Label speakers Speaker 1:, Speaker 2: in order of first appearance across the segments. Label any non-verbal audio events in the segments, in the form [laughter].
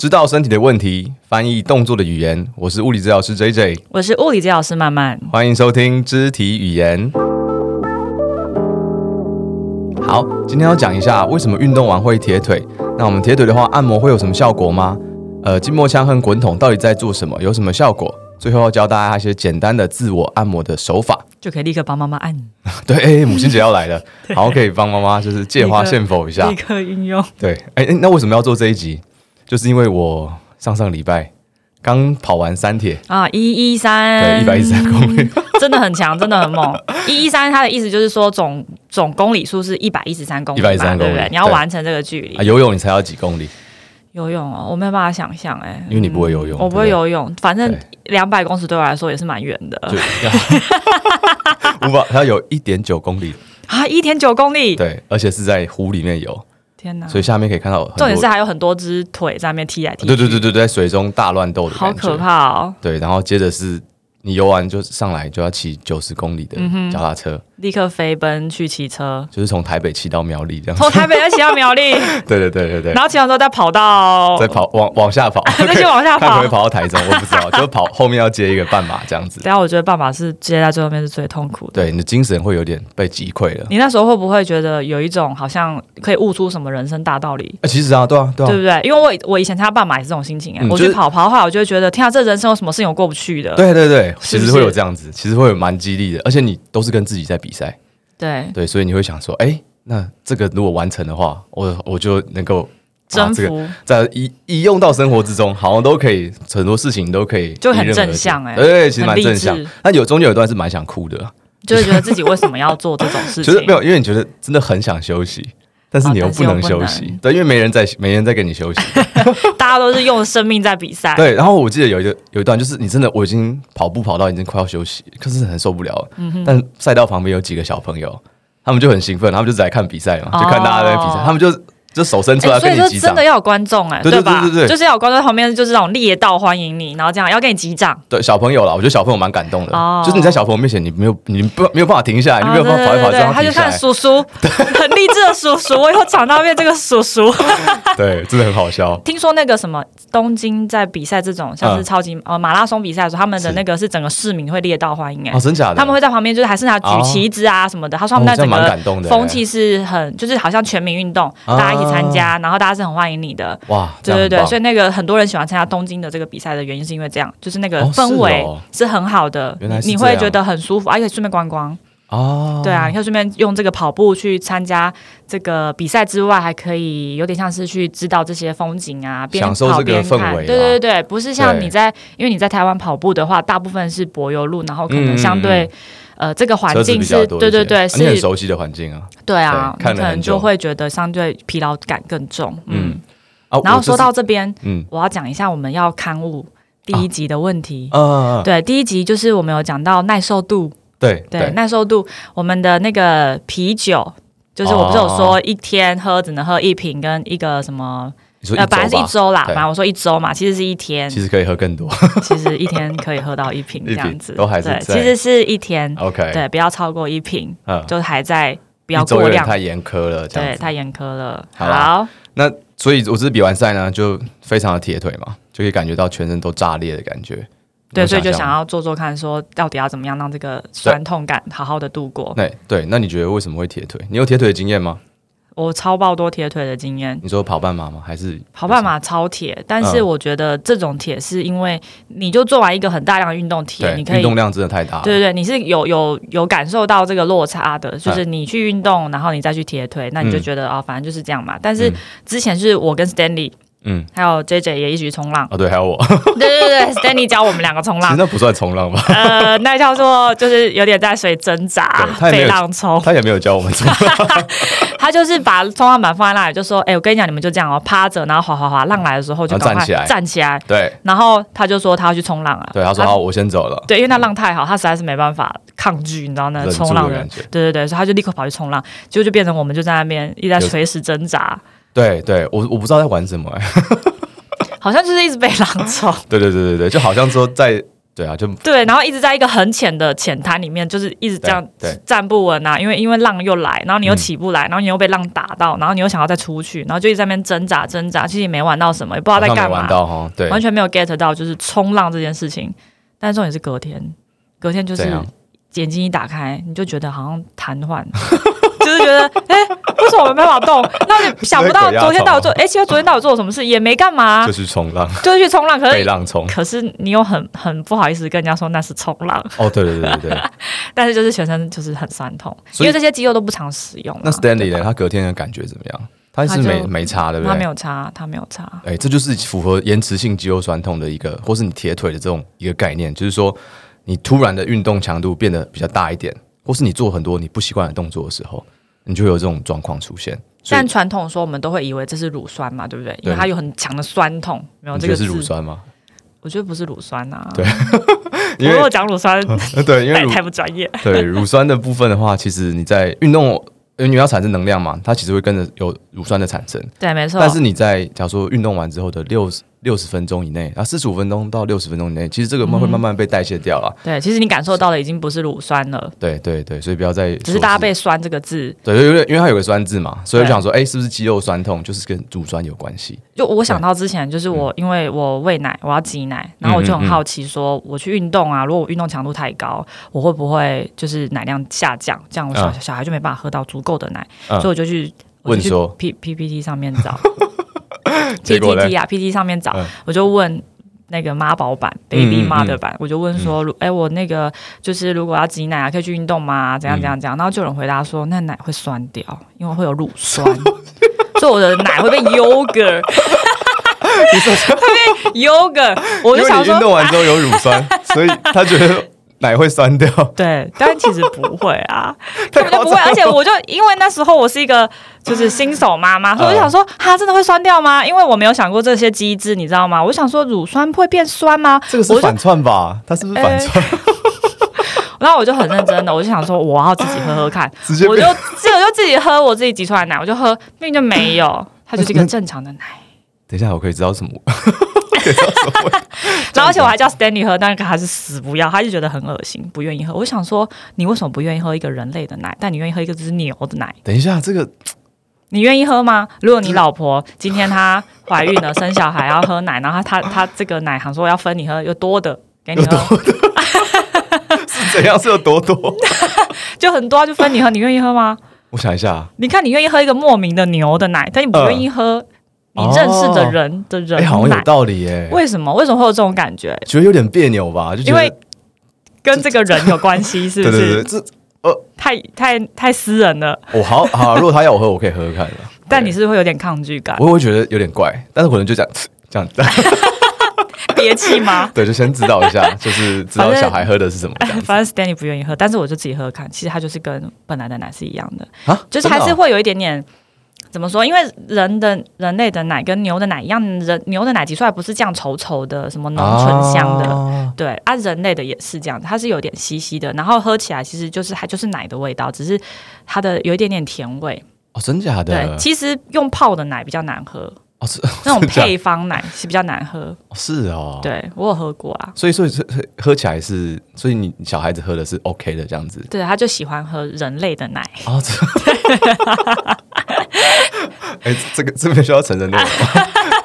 Speaker 1: 知道身体的问题，翻译动作的语言。我是物理治疗师 J J，
Speaker 2: 我是物理治疗师曼曼。
Speaker 1: 欢迎收听肢体语言。好，今天要讲一下为什么运动完会铁腿。那我们铁腿的话，按摩会有什么效果吗？呃，筋膜枪和滚筒到底在做什么？有什么效果？最后要教大家一些简单的自我按摩的手法。 [laughs]
Speaker 2: 就可以立刻帮妈妈按，
Speaker 1: 对，哎、母亲节要来了，好，可以帮妈妈就是啊借花献佛一下
Speaker 2: 立。刻运用。
Speaker 1: 对，哎、哎那为什么要做这一集？就是因为我上上礼拜刚跑完三铁，
Speaker 2: 啊，一一
Speaker 1: 对，
Speaker 2: 三，
Speaker 1: 一百一十三公里，
Speaker 2: [laughs] 真的很强，真的很猛。一一三，它的意思就是说总总公里数是一百一十三公里嘛，
Speaker 1: 113
Speaker 2: 对不
Speaker 1: 公里
Speaker 2: 对？你要
Speaker 1: 对
Speaker 2: 完成这个距离。
Speaker 1: 啊，游泳你才要几公里，
Speaker 2: 游泳哦，我没有办法想象哎、
Speaker 1: 因为你不会游泳，
Speaker 2: 我不会
Speaker 1: 对
Speaker 2: 游泳，反正
Speaker 1: 对
Speaker 2: 两百公尺对我来说也是蛮远的
Speaker 1: 不对，就 [laughs] 五百，它有一点九公里，
Speaker 2: 啊，一点九公里，
Speaker 1: 对，而且是在湖里面游，
Speaker 2: 天哪！
Speaker 1: 所以下面可以看到很多，
Speaker 2: 重点是还啊有很多只腿在那边踢来踢去，
Speaker 1: 对对对对，对在水中大乱斗的
Speaker 2: 好
Speaker 1: 感觉，
Speaker 2: 可怕哦！
Speaker 1: 对，然后接着是你游完就上来就要骑九十公里的
Speaker 2: 嗯
Speaker 1: 脚踏车，
Speaker 2: 立刻飞奔去骑
Speaker 1: [laughs]
Speaker 2: 车，
Speaker 1: 就是从台北骑到苗栗这样，
Speaker 2: 从台北再骑到苗栗，
Speaker 1: [laughs] 对对对对对
Speaker 2: 然。后骑完之后再跑到
Speaker 1: 再跑往往下
Speaker 2: [laughs]
Speaker 1: 跑，
Speaker 2: 再去往下
Speaker 1: 看会不会
Speaker 2: 跑
Speaker 1: 跑到台中，我不知
Speaker 2: [laughs]
Speaker 1: 道。就跑后面要接一个半马这样子，
Speaker 2: 等一下，我觉得爸爸是接在最后面是最痛苦的。
Speaker 1: 对你的精神会有点被击溃了。
Speaker 2: 你那时候会不会觉得有一种好像可以悟出什么人生大道理，
Speaker 1: 啊，其实啊，对啊，对啊
Speaker 2: 对，不对？因为我以我以前参加半马也是这种心情哎、
Speaker 1: 嗯
Speaker 2: 我
Speaker 1: 就
Speaker 2: 去
Speaker 1: 是
Speaker 2: 跑跑的话，我就会觉得天啊，这人生有什么事情我过不去的？
Speaker 1: 对对对，其
Speaker 2: 是不
Speaker 1: 实会有
Speaker 2: 是
Speaker 1: 这样子，其实会有蛮激励的，而且你都是跟自己在比赛，
Speaker 2: 对
Speaker 1: 对，所以你会想说，哎，那这个如果完成的话，我我就能够把
Speaker 2: 征
Speaker 1: 这个
Speaker 2: 服
Speaker 1: 在一一用到生活之中，好像都可以，很多事情都可以迎刃而解，
Speaker 2: 就很正向哎
Speaker 1: 对，其实
Speaker 2: 很
Speaker 1: 蛮
Speaker 2: 励
Speaker 1: 正向
Speaker 2: 志。
Speaker 1: 但有中间有一段是蛮想哭的，
Speaker 2: 就会觉得自己为什么要做这种
Speaker 1: [laughs]
Speaker 2: 事
Speaker 1: 觉
Speaker 2: 情？
Speaker 1: 得没有，因为你觉得真的很想休息。但是
Speaker 2: 啊
Speaker 1: 你又
Speaker 2: 但是
Speaker 1: 不
Speaker 2: 又
Speaker 1: 能
Speaker 2: 不
Speaker 1: 休
Speaker 2: 能
Speaker 1: 息，对，因为没人在，没人在跟你休息。
Speaker 2: 大家都是用生命在比赛。哎
Speaker 1: 对，然后我记得有一个有一段，就是你真的我已经跑步跑到已经快要休息，可是很受不了了。
Speaker 2: 嗯
Speaker 1: 但赛道旁边有几个小朋友，他们就很兴奋，他们就只来看比赛嘛，就看大家在比赛，
Speaker 2: 哦
Speaker 1: 他们就就手伸出
Speaker 2: 哎
Speaker 1: 来
Speaker 2: 所
Speaker 1: 跟
Speaker 2: 以
Speaker 1: 你
Speaker 2: 就
Speaker 1: 击
Speaker 2: 真
Speaker 1: 掌
Speaker 2: 的。要有观众哎、
Speaker 1: 对对
Speaker 2: 吧？
Speaker 1: 对对对
Speaker 2: 就是要有观众，旁边就是那种列道欢迎你，然后这样要跟你击掌。
Speaker 1: 对小朋友啦，我觉得小朋友蛮感动的，
Speaker 2: 哦
Speaker 1: 就是你在小朋友面前，你没有你不没有办法停下来，哎你没有办法跑一跑
Speaker 2: 啊对对
Speaker 1: 这
Speaker 2: 对对
Speaker 1: 样
Speaker 2: 他就
Speaker 1: 停下
Speaker 2: 看
Speaker 1: 来，[laughs]
Speaker 2: 叔叔，很励志的叔叔，我以后长大变这个叔叔。
Speaker 1: 对，真的很好
Speaker 2: [laughs]
Speaker 1: 笑。
Speaker 2: 听说那个什么东京在比赛这种像是
Speaker 1: 嗯
Speaker 2: 超级、呃马拉松比赛的时候，他们的
Speaker 1: 是
Speaker 2: 那个是整个市民会列到欢迎哎、
Speaker 1: 哦，真假的？
Speaker 2: 他们会在旁边，就是还是拿
Speaker 1: 哦
Speaker 2: 举旗子啊什么的。他说他
Speaker 1: 哦
Speaker 2: 们那
Speaker 1: 这样
Speaker 2: 整
Speaker 1: 蛮感动
Speaker 2: 个
Speaker 1: 的
Speaker 2: 风气是很，就是好像全民运动，
Speaker 1: 啊
Speaker 2: 大家一起参加，然后大家是很欢迎你的。
Speaker 1: 哇，哦这
Speaker 2: 对
Speaker 1: 样
Speaker 2: 对
Speaker 1: 很
Speaker 2: 对，
Speaker 1: 棒
Speaker 2: 所以那个很多人喜欢参加东京的这个比赛的原因，是因为这样，就是那个
Speaker 1: 哦是
Speaker 2: 氛围
Speaker 1: 哦
Speaker 2: 是很好的，
Speaker 1: 原来是
Speaker 2: 你
Speaker 1: 这
Speaker 2: 会
Speaker 1: 样
Speaker 2: 觉得很舒服，而且顺便观光。
Speaker 1: 哦，
Speaker 2: 对啊，你可以顺便用这个跑步去参加这个比赛之外，还可以有点像是去知道这些风景啊，边
Speaker 1: 享受这
Speaker 2: 跑
Speaker 1: 个
Speaker 2: 边
Speaker 1: 氛
Speaker 2: 看
Speaker 1: 围
Speaker 2: 对
Speaker 1: 啦
Speaker 2: 对对，不是像
Speaker 1: 对
Speaker 2: 你在，因为你在台湾跑步的话，大部分是柏油路，然后可能相对、呃这个环
Speaker 1: 嗯车子
Speaker 2: 境
Speaker 1: 比较
Speaker 2: 是，
Speaker 1: 多一
Speaker 2: 对
Speaker 1: 些，
Speaker 2: 对对，
Speaker 1: 啊
Speaker 2: 是
Speaker 1: 你很熟悉的环境啊。
Speaker 2: 对啊，
Speaker 1: 对看
Speaker 2: 你
Speaker 1: 了
Speaker 2: 可
Speaker 1: 很
Speaker 2: 能
Speaker 1: 久
Speaker 2: 就会觉得相对疲劳感更重。嗯，
Speaker 1: 啊，
Speaker 2: 然
Speaker 1: 我
Speaker 2: 后
Speaker 1: 这
Speaker 2: 说
Speaker 1: 次
Speaker 2: 到这边，
Speaker 1: 嗯
Speaker 2: 我要讲一下我们要刊物第一集的问题。
Speaker 1: 啊，
Speaker 2: 对，第一集就是我们有讲到耐受度，
Speaker 1: 对
Speaker 2: 对，耐受度，我们的那个啤酒，就是我不是
Speaker 1: 哦
Speaker 2: 有说一天喝只能喝一瓶跟一个什么，
Speaker 1: 你说一
Speaker 2: 呃，本来
Speaker 1: 周
Speaker 2: 是一
Speaker 1: 吧
Speaker 2: 周啦，
Speaker 1: 对
Speaker 2: 本来我说一周嘛，其实是一天，
Speaker 1: 其实可以喝更多。
Speaker 2: 其实一天可以喝到一瓶
Speaker 1: [laughs] 一瓶
Speaker 2: 这样子，
Speaker 1: 都还是
Speaker 2: 对，
Speaker 1: 在哦
Speaker 2: 其实是一天，
Speaker 1: OK，，
Speaker 2: 对，不要超过一瓶，
Speaker 1: 嗯，
Speaker 2: 就还在不
Speaker 1: 不
Speaker 2: 要过量，
Speaker 1: 太严苛了，这样
Speaker 2: 对，
Speaker 1: 子。
Speaker 2: 太严苛了。
Speaker 1: 好啦
Speaker 2: 好，
Speaker 1: 那所以，我这次比完赛呢，就非常的铁腿嘛，就可以感觉到全身都炸裂的感觉。
Speaker 2: 对，
Speaker 1: 有
Speaker 2: 所以就
Speaker 1: 象
Speaker 2: 想
Speaker 1: 吗
Speaker 2: 要做做看，说到底要怎么样让这个酸痛感好好的度过。
Speaker 1: 对对，那你觉得为什么会铁腿？你有铁腿的经验吗？
Speaker 2: 我超爆多铁腿的经验，
Speaker 1: 你说跑半马吗？还是
Speaker 2: 跑半？马超铁，但是
Speaker 1: 嗯
Speaker 2: 我觉得这种铁是因为你就做完一个很大量的运动铁，
Speaker 1: 对，
Speaker 2: 你可
Speaker 1: 运
Speaker 2: 以。
Speaker 1: 动量真的太大了。
Speaker 2: 对对对，你是有有有感受到这个落差的，就是你去运动，然后你再去铁腿，那你就觉得啊、反正就是这样嘛。但是
Speaker 1: 嗯
Speaker 2: 之前是我跟 Stanley
Speaker 1: 嗯，
Speaker 2: 还有 JJ 也一起去冲
Speaker 1: [laughs]
Speaker 2: 浪，
Speaker 1: 哦对，还
Speaker 2: [laughs]
Speaker 1: 有我，其
Speaker 2: 对对对，Stanley 教我们两个冲
Speaker 1: 实 [laughs]
Speaker 2: 浪，
Speaker 1: 那不算冲浪吧？
Speaker 2: 呃，那叫做就是有点在水挣扎
Speaker 1: 对他也没
Speaker 2: 被
Speaker 1: 有
Speaker 2: 浪
Speaker 1: [laughs]
Speaker 2: 冲，
Speaker 1: 他也没有教我们冲浪。
Speaker 2: [laughs] 他就是把冲浪板放在那里，就说，哎、我跟你讲，你们就这样哦，趴着，然后滑滑滑，浪来的时候就
Speaker 1: 然后
Speaker 2: 赶
Speaker 1: 站
Speaker 2: 快
Speaker 1: 起来
Speaker 2: 站起来，
Speaker 1: 对
Speaker 2: 然后他就说他要去冲浪啊。
Speaker 1: 对，他说好，我先走了。
Speaker 2: 对，因为那浪太好，他实在是没办法抗拒，你知道那
Speaker 1: 忍住
Speaker 2: 呃冲浪
Speaker 1: 的
Speaker 2: 的
Speaker 1: 感觉，
Speaker 2: 对对对，所以他就立刻跑去冲浪，结果就变成我们就在那边一直在
Speaker 1: 有
Speaker 2: 垂死挣扎，
Speaker 1: 对对，我我不知道在玩什么。哎 [laughs]
Speaker 2: 好像就是一直被浪冲。
Speaker 1: 对对对对对，就好像说在。对啊，就
Speaker 2: 对，然后一直在一个很浅的浅滩里面，就是一直这样
Speaker 1: 对对
Speaker 2: 站不稳啊，因为因为浪又来，然后你又
Speaker 1: 嗯
Speaker 2: 起不来，然后你又被浪打到，然后你又想要再出去，然后就一直在那边挣扎挣扎，其实也没玩到什么，也不知道
Speaker 1: 好
Speaker 2: 在
Speaker 1: 像没
Speaker 2: 干嘛
Speaker 1: 玩，到哈，对，
Speaker 2: 完全没有 get 到就是冲浪这件事情。但是重点是隔天，隔天就是
Speaker 1: 怎样
Speaker 2: 眼睛一打开，你就觉得好像瘫痪， [laughs] 就是觉得哎、为什么我没办法动？那你想不到
Speaker 1: [laughs] 那个鬼压
Speaker 2: 昨天到底
Speaker 1: 床
Speaker 2: 做，哎、其实昨天到底做了什么事，也没干嘛啊、
Speaker 1: [laughs] 就是冲浪，
Speaker 2: 就是去冲浪，可
Speaker 1: 被
Speaker 2: 是
Speaker 1: 浪冲。
Speaker 2: 可是你又很很不好意思跟人家说那是冲浪， [laughs]
Speaker 1: 哦，对对对对对。
Speaker 2: 但是就是全身就是很酸痛，
Speaker 1: 所
Speaker 2: 因
Speaker 1: 以
Speaker 2: 为这些肌肉都不常使用嘛。
Speaker 1: 那 Stanley 呢？他隔天的感觉怎么样？他是
Speaker 2: 他就
Speaker 1: 没没差，对不
Speaker 2: 他没
Speaker 1: 对？
Speaker 2: 有差，他没有差，
Speaker 1: 哎，这就是符合延迟性肌肉酸痛的一个，或是你铁腿的这种一个概念，就是说你突然的运动强度变得比较大一点，或是你做很多你不习惯的动作的时候，你就会有这种状况出现。所以
Speaker 2: 但传统说我们都会以为这是乳酸嘛，对不对？因
Speaker 1: 对
Speaker 2: 为它有很强的酸痛，没有
Speaker 1: 你
Speaker 2: 哦这
Speaker 1: 觉得
Speaker 2: 个
Speaker 1: 是乳
Speaker 2: 字
Speaker 1: 酸吗？
Speaker 2: 我觉得不是乳酸呐、啊。
Speaker 1: 对
Speaker 2: 我如果讲乳酸，
Speaker 1: 对，因为 [laughs]
Speaker 2: 那也
Speaker 1: 乳
Speaker 2: 太不专业。
Speaker 1: 对乳酸的部分的话，其实你在运动，因为你要产生能量嘛，它其实会跟着有乳酸的产生。
Speaker 2: 对，啊没错。
Speaker 1: 但是你在假如说运动完之后的六十六十分钟以内，啊，四十五分钟到六十分钟以内，其实这个
Speaker 2: 嗯
Speaker 1: 慢会慢慢被代谢掉了。
Speaker 2: 对，其实你感受到的已经不是乳酸了，
Speaker 1: 对对对，所以不要再
Speaker 2: 只是大家
Speaker 1: 说
Speaker 2: 被“酸”这个字。
Speaker 1: 对，因为因为它有个酸字嘛，所以我
Speaker 2: 对
Speaker 1: 想说，哎，是不是肌肉酸痛就是跟乳酸有关系？
Speaker 2: 就我想到之前，就是
Speaker 1: 嗯
Speaker 2: 我因为我喂奶，我要挤奶，然后我就很好奇说，我去运动啊，如果我运动强度太高，我会不会就是奶量下降？这样我小、
Speaker 1: 嗯
Speaker 2: 小孩就没办法喝到足够的奶，
Speaker 1: 嗯
Speaker 2: 所以我就去我
Speaker 1: 问
Speaker 2: 就去
Speaker 1: 说
Speaker 2: P P P T 上面找
Speaker 1: [laughs] 结果嘞
Speaker 2: PTT 啊 P T 上面找，
Speaker 1: 嗯
Speaker 2: 我就问。那个妈宝版、
Speaker 1: 嗯
Speaker 2: baby
Speaker 1: 嗯
Speaker 2: mother 版，我就问说，如哎、我那个就是如果要挤奶啊，可以去运动吗？怎样怎样
Speaker 1: 嗯
Speaker 2: 怎样？然后就有人回答说，那奶会酸掉，因为会有乳
Speaker 1: [laughs]
Speaker 2: 酸，所以我的奶会被 yogurt yoga，我
Speaker 1: 因
Speaker 2: 就
Speaker 1: 为
Speaker 2: 想
Speaker 1: 你运动
Speaker 2: 说，
Speaker 1: 完之后有乳酸，
Speaker 2: [laughs]
Speaker 1: 所以他觉得奶会酸掉，
Speaker 2: 对，但其实不会啊，
Speaker 1: [laughs] 太
Speaker 2: 根
Speaker 1: 夸
Speaker 2: 本就不会。
Speaker 1: 张
Speaker 2: 而
Speaker 1: 了。
Speaker 2: 且我就因为那时候我是一个就是新手妈
Speaker 1: 嗯
Speaker 2: 妈，所以我就想说，哈，真的会酸掉吗？因为我没有想过这些机制，你知道吗？我想说乳酸会变酸吗？
Speaker 1: 这个
Speaker 2: 我
Speaker 1: 是
Speaker 2: 就哎
Speaker 1: 反串吧？他是
Speaker 2: [laughs]
Speaker 1: 不是反串？
Speaker 2: 然后我就很认真的，我就想说我要自己喝喝看，
Speaker 1: [laughs] 直接
Speaker 2: 我就
Speaker 1: 变
Speaker 2: 这个就自己喝我自己挤出来的奶，我就喝，并就没
Speaker 1: [laughs]
Speaker 2: 有，它就是一个正常的奶。
Speaker 1: 等一下，我可以知道什么？
Speaker 2: 然后而且我还叫 Stanley 喝，但是他是死不要，他就觉得很恶心，不愿意喝。我想说，你为什么不愿意喝一个人类的奶，但你愿意喝一个只牛的奶？
Speaker 1: 等一下，这个
Speaker 2: 你愿意喝吗？如果你老婆今天她怀孕了，生小孩要喝奶，然后她她她这个奶行说要分你喝，有多的给你喝，
Speaker 1: 是怎样？是有多多？
Speaker 2: 就很多啊就分你喝，你愿意喝吗？
Speaker 1: 我想一下，啊
Speaker 2: 你看你愿意喝一个莫名的牛的奶，但你不愿意喝你认识的人的人
Speaker 1: 哦哎，好像
Speaker 2: 奶
Speaker 1: 有，道理耶。
Speaker 2: 为什么？为什么会有这种感觉？
Speaker 1: 觉得有点别扭吧，就觉
Speaker 2: 因
Speaker 1: 得
Speaker 2: 为跟这个人有关系，是
Speaker 1: [laughs]
Speaker 2: 不
Speaker 1: 对
Speaker 2: 是？
Speaker 1: 对对，这
Speaker 2: 太太太私人了。
Speaker 1: 我好好，如果他要我喝，我可以喝喝看啦
Speaker 2: 但你
Speaker 1: 对
Speaker 2: 是不是会有点抗拒感，
Speaker 1: 我会觉得有点怪，但是可能 [laughs] 就这样这样，？
Speaker 2: 憋气吗
Speaker 1: 对，就先知道一
Speaker 2: [laughs]
Speaker 1: 下，就是知道
Speaker 2: 反正
Speaker 1: 小孩喝的是什 [laughs] 么这样
Speaker 2: [laughs] 反正 Stanley 不愿意喝，但是我就自己喝喝看，其实它就是跟本来的奶是一样的，
Speaker 1: 啊，
Speaker 2: 呃就是
Speaker 1: 真的
Speaker 2: 还
Speaker 1: 哦
Speaker 2: 是会有一点点。怎么说？因为人的人类的奶跟牛的奶一样，人牛的奶挤出来不是这样稠稠的，什么浓醇香的，
Speaker 1: 啊
Speaker 2: 对啊，人类的也是这样子，它是有点稀稀的，然后喝起来其实就是它就是奶的味道，只是它的有一点点甜味。
Speaker 1: 哦，真假
Speaker 2: 对，
Speaker 1: 的？
Speaker 2: 其实用泡的奶比较难
Speaker 1: [laughs]
Speaker 2: 喝，
Speaker 1: 哦，是
Speaker 2: 那种
Speaker 1: 是这样
Speaker 2: 配方奶是比较难喝。
Speaker 1: 哦是哦，。
Speaker 2: 对我有喝过啊，
Speaker 1: 所以，所以所以所以喝起来是，所以你小孩子喝的是 OK 的这样子
Speaker 2: 对，他就喜欢喝人类的奶。
Speaker 1: 啊？
Speaker 2: [laughs]
Speaker 1: 哦这哎、这个这边需要成人内容吗？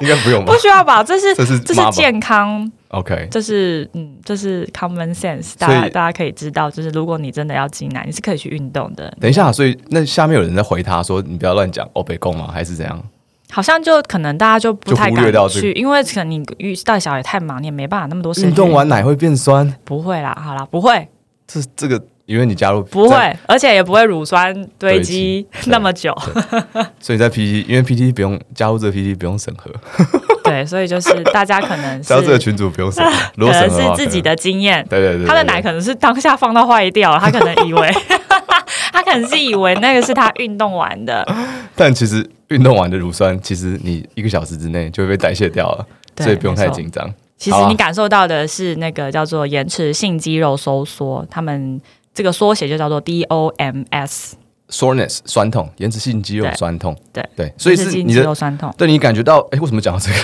Speaker 2: [laughs]
Speaker 1: 应该不用吧
Speaker 2: 不？需要吧？这是
Speaker 1: 这是
Speaker 2: 这
Speaker 1: 妈
Speaker 2: 是
Speaker 1: 宝
Speaker 2: 健康，
Speaker 1: OK，
Speaker 2: 这是嗯，这是 common sense，大
Speaker 1: 所
Speaker 2: 家
Speaker 1: 以
Speaker 2: 大家可以知道，就是如果你真的要进奶，你是可以去运动的。
Speaker 1: 等一下，所以那下面有人在回他说：“你不要乱讲欧北贡吗？还是怎样
Speaker 2: 好像就可能大家就不太
Speaker 1: 就忽略
Speaker 2: 敢
Speaker 1: 掉这个
Speaker 2: 去，因为可能你遇到小孩太忙，你也没办法那么多？”时间
Speaker 1: 运
Speaker 2: 去
Speaker 1: 动完奶会变酸，
Speaker 2: 不会啦，好啦，不会
Speaker 1: 这这个因为你加入
Speaker 2: 不
Speaker 1: 在，
Speaker 2: 会，而且也不会乳酸堆
Speaker 1: 堆
Speaker 2: 积
Speaker 1: 积
Speaker 2: 那么久。
Speaker 1: 所以在 PT 因为 PT 不用加入这个 PT 不用审核，
Speaker 2: 对，所以就是大家可
Speaker 1: [laughs]
Speaker 2: 能是
Speaker 1: 加
Speaker 2: 啊
Speaker 1: 入这个群组不用审核，如
Speaker 2: 可
Speaker 1: 果
Speaker 2: 能
Speaker 1: 审核话
Speaker 2: 是自己，的经验，
Speaker 1: 可能对对对对，
Speaker 2: 他的
Speaker 1: 对
Speaker 2: 奶可能是当下放到坏掉了，他可能以为， [laughs] 他可能是以为那个是他运动完的，
Speaker 1: 但其实运动完的乳酸，其实你一个小时之内就会被代谢掉了，
Speaker 2: [laughs] 对
Speaker 1: 所以不用太
Speaker 2: 没错
Speaker 1: 紧张。
Speaker 2: 其实
Speaker 1: 好啊
Speaker 2: 你感受到的是那个叫做延迟性肌肉收缩，他们这个缩写就叫做 DOMS，
Speaker 1: soreness 酸痛，延迟性肌肉
Speaker 2: 对
Speaker 1: 酸痛，
Speaker 2: 对
Speaker 1: 对，所以
Speaker 2: 延迟
Speaker 1: 是
Speaker 2: 性
Speaker 1: 你
Speaker 2: 肌肉
Speaker 1: 的，。
Speaker 2: 酸痛
Speaker 1: 对你感觉到，哎，为什么讲到这个？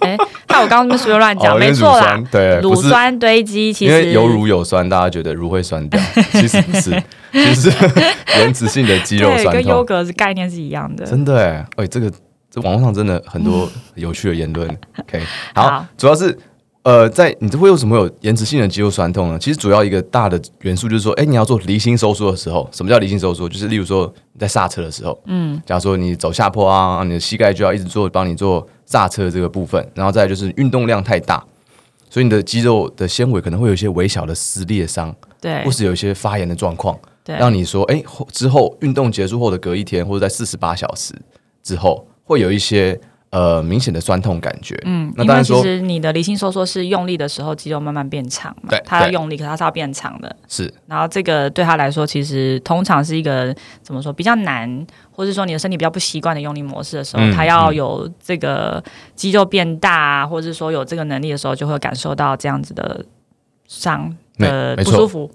Speaker 2: 哎，害我刚刚那么随便乱
Speaker 1: 哦
Speaker 2: 讲，
Speaker 1: 因为
Speaker 2: 没
Speaker 1: 乳
Speaker 2: 错啦
Speaker 1: 酸。对，
Speaker 2: 乳
Speaker 1: 不是
Speaker 2: 酸堆积其
Speaker 1: 因为
Speaker 2: 实
Speaker 1: 有乳有酸，大家觉得乳会酸
Speaker 2: [laughs]
Speaker 1: 掉，其实不是，其实是 [laughs] 原子性的肌肉
Speaker 2: 对，
Speaker 1: 酸
Speaker 2: 跟优
Speaker 1: 痛，
Speaker 2: 格是概念是一样的。
Speaker 1: 真的哎，哎，这个这网络上真的很 [laughs] 多有趣的言论。OK，好
Speaker 2: 好，
Speaker 1: 主要是。呃，在你这为什么有延迟性的肌肉酸痛呢？其实主要一个大的元素就是说，哎、你要做离心收缩的时候，什么叫离心收缩？就是例如说你在刹车的时候，嗯，假如说你走下坡啊，你的膝盖就要一直做帮你做刹车的这个部分，然后再来就是运动量太大，所以你的肌肉的纤维可能会有一些微小的撕裂伤，
Speaker 2: 对
Speaker 1: 或是有一些发炎的状况，
Speaker 2: 对，
Speaker 1: 让你说，哎、后之后运动结束后的隔一天，或者在四十八小时之后，会有一些呃明显的酸痛感觉。嗯那
Speaker 2: 因
Speaker 1: 当
Speaker 2: 为
Speaker 1: 然
Speaker 2: 其
Speaker 1: 说
Speaker 2: 实你的离心收缩是用力的时候，肌肉慢慢变长嘛
Speaker 1: 对，
Speaker 2: 它要
Speaker 1: 对
Speaker 2: 用力，可是它是要变长的。
Speaker 1: 是
Speaker 2: 然后这个对他来说，其实通常是一个怎么说比较难，或是说你的身体比较不习惯的用力模式的时候，
Speaker 1: 嗯
Speaker 2: 他要有这个肌肉变大、啊，或者是说有这个能力的时候，就会感受到这样子的伤
Speaker 1: 没
Speaker 2: 的
Speaker 1: 没
Speaker 2: 不
Speaker 1: 错
Speaker 2: 舒服。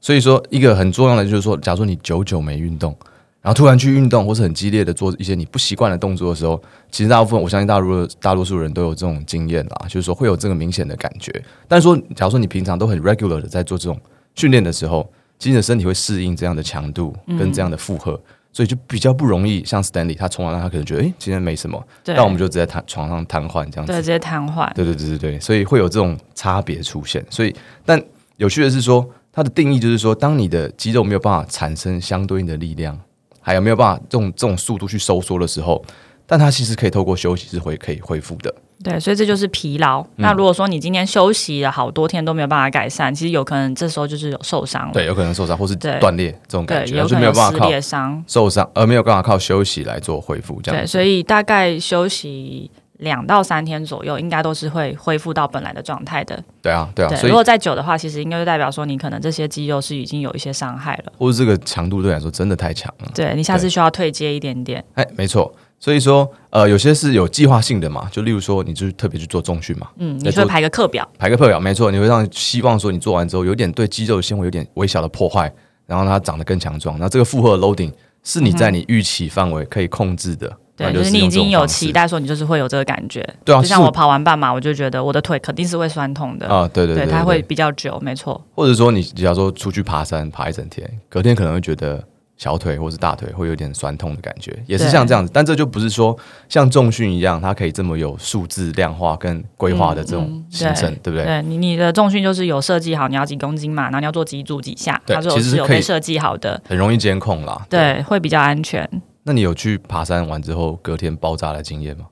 Speaker 1: 所以说，一个很重要的就是说，假如说你久久没运动，然后突然去运动，或是很激烈的做一些你不习惯的动作的时候，其实大部分我相信大多大多数人都有这种经验啦，就是说会有这个明显的感觉。但是说，假如说你平常都很 regular 的在做这种训练的时候，其实你的身体会适应这样的强度跟这样的负荷。所以就比较不容易，像 Stanley，他从完他可能觉得，诶，今天没什么，
Speaker 2: 对，
Speaker 1: 但我们就直接瘫床上瘫痪这样子
Speaker 2: 对。直接瘫痪。
Speaker 1: 对对对对对，所以会有这种差别出现。所以，但有趣的是说，它的定义就是说，当你的肌肉没有办法产生相对应的力量，还有没有办法用这种速度去收缩的时候，但它其实可以透过休息是会可以恢复的。
Speaker 2: 对，所以这就是疲劳。
Speaker 1: 嗯
Speaker 2: 那如果说你今天休息了好多天都没有办法改善，其实有可能这时候就是有受伤了，
Speaker 1: 对，有可能受伤或是
Speaker 2: 对
Speaker 1: 断裂这种
Speaker 2: 对，
Speaker 1: 感觉，
Speaker 2: 有可
Speaker 1: 就没
Speaker 2: 能
Speaker 1: 有办
Speaker 2: 撕
Speaker 1: 法靠
Speaker 2: 裂伤。
Speaker 1: 受伤，呃而没有办法靠休息来做恢复这样
Speaker 2: 对，
Speaker 1: 子。
Speaker 2: 所以大概休息两到三天左右，应该都是会恢复到本来的状态的。
Speaker 1: 对啊，对啊，
Speaker 2: 对，
Speaker 1: 所以
Speaker 2: 如果再久的话，其实应该就代表说你可能这些肌肉是已经有一些伤害了。
Speaker 1: 或是这个强度对你来说真的太强了。
Speaker 2: 对你下次需要退阶一点点。
Speaker 1: 哎，没错。所以说，呃，有些是有计划性的嘛，就例如说，你就是特别去做重训嘛，
Speaker 2: 嗯，
Speaker 1: 再
Speaker 2: 你
Speaker 1: 做
Speaker 2: 会排个课表。
Speaker 1: 排个课表，没错，你会让希望说你做完之后有点对肌肉的纤维有点微小的破坏，然后让它长得更强壮。那这个负荷的 loading 是你在你预期范围可以控制的，
Speaker 2: 对，
Speaker 1: 那
Speaker 2: 就是是你已
Speaker 1: 用这种
Speaker 2: 经有
Speaker 1: 方式
Speaker 2: 期待说你就是会有这个感觉。
Speaker 1: 对啊
Speaker 2: 就像
Speaker 1: 是
Speaker 2: 我跑完半马，我就觉得我的腿肯定是会酸痛的。
Speaker 1: 啊，对对对，
Speaker 2: 它会
Speaker 1: 对，
Speaker 2: 比较久，没错。
Speaker 1: 或者说你假如说出去爬山爬一整天，隔天可能会觉得小腿或是大腿会有点酸痛的感觉，也是
Speaker 2: 对
Speaker 1: 像这样子，但这就不是说像重训一样，它可以这么有数字量化跟规划的这种
Speaker 2: 嗯
Speaker 1: 行程，对不对？
Speaker 2: 对你你的重训就是有设计好，你要几公斤嘛，然后你要做几组几下，
Speaker 1: 对
Speaker 2: 它是有
Speaker 1: 其实是
Speaker 2: 是有
Speaker 1: 可以
Speaker 2: 被设计好的。
Speaker 1: 很容易监控啦。，
Speaker 2: 对，会比较安全。
Speaker 1: 那你有去爬山完之后隔天爆炸的经验吗？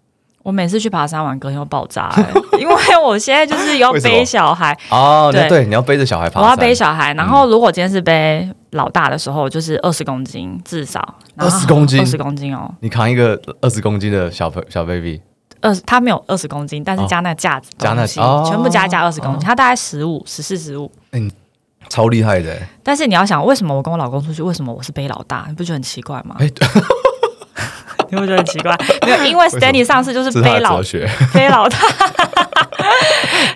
Speaker 2: 我每次去爬山玩，隔天又爆炸、
Speaker 1: [laughs]
Speaker 2: 欸因为我现在就是要
Speaker 1: 为什么
Speaker 2: 背小孩，
Speaker 1: 哦，
Speaker 2: 对
Speaker 1: 那对，你要背着小孩爬
Speaker 2: 我
Speaker 1: 山，
Speaker 2: 要背小孩。然后如果今天是背老大的时候，就是二十公斤至少，
Speaker 1: 20公斤
Speaker 2: 二十公斤哦，
Speaker 1: 你扛一个二十公斤的小朋小 baby，
Speaker 2: 二他没有二十公斤，但是加那架子
Speaker 1: 哦加那
Speaker 2: 东西
Speaker 1: 哦
Speaker 2: 全部加加二十公斤，他大概十五、十四、十五。
Speaker 1: 超厉害的欸。
Speaker 2: 但是你要想，为什么我跟我老公出去，为什么我是背老大？你不觉得很奇怪吗？
Speaker 1: 哎
Speaker 2: [laughs] 你会觉得很奇怪，没有，
Speaker 1: [laughs]
Speaker 2: 因为 Stanley 上次就是
Speaker 1: 这是他的
Speaker 2: 背老
Speaker 1: 哲学，
Speaker 2: [laughs] 背老大，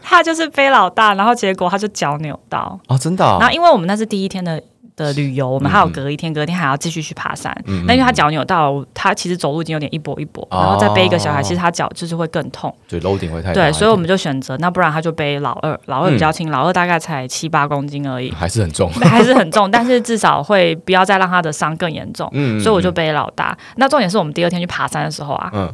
Speaker 2: 他就是背老大，然后结果他就脚扭到，
Speaker 1: 哦，真的啊、
Speaker 2: 然后因为我们那是第一天的的旅
Speaker 1: 嗯
Speaker 2: 游，我们还有隔一天，隔一天还要继续去爬山。那因为他脚扭到了，他其实走路已经有点一跛一跛，然后再背一个小孩，
Speaker 1: 哦
Speaker 2: 其实他脚就是会更痛。
Speaker 1: 对，loading 会太哎大一
Speaker 2: 对，
Speaker 1: 点。
Speaker 2: 所以我们就选择，那不然他就背老二，老二比较轻，老二大概才七八公斤而已 [laughs]
Speaker 1: 还是很重。
Speaker 2: 还是很重，但 [laughs] 是至少会不要再让他的伤更严重，
Speaker 1: 嗯
Speaker 2: 所以我就背老大。那重点是我们第二天去爬山的时候啊，
Speaker 1: 嗯，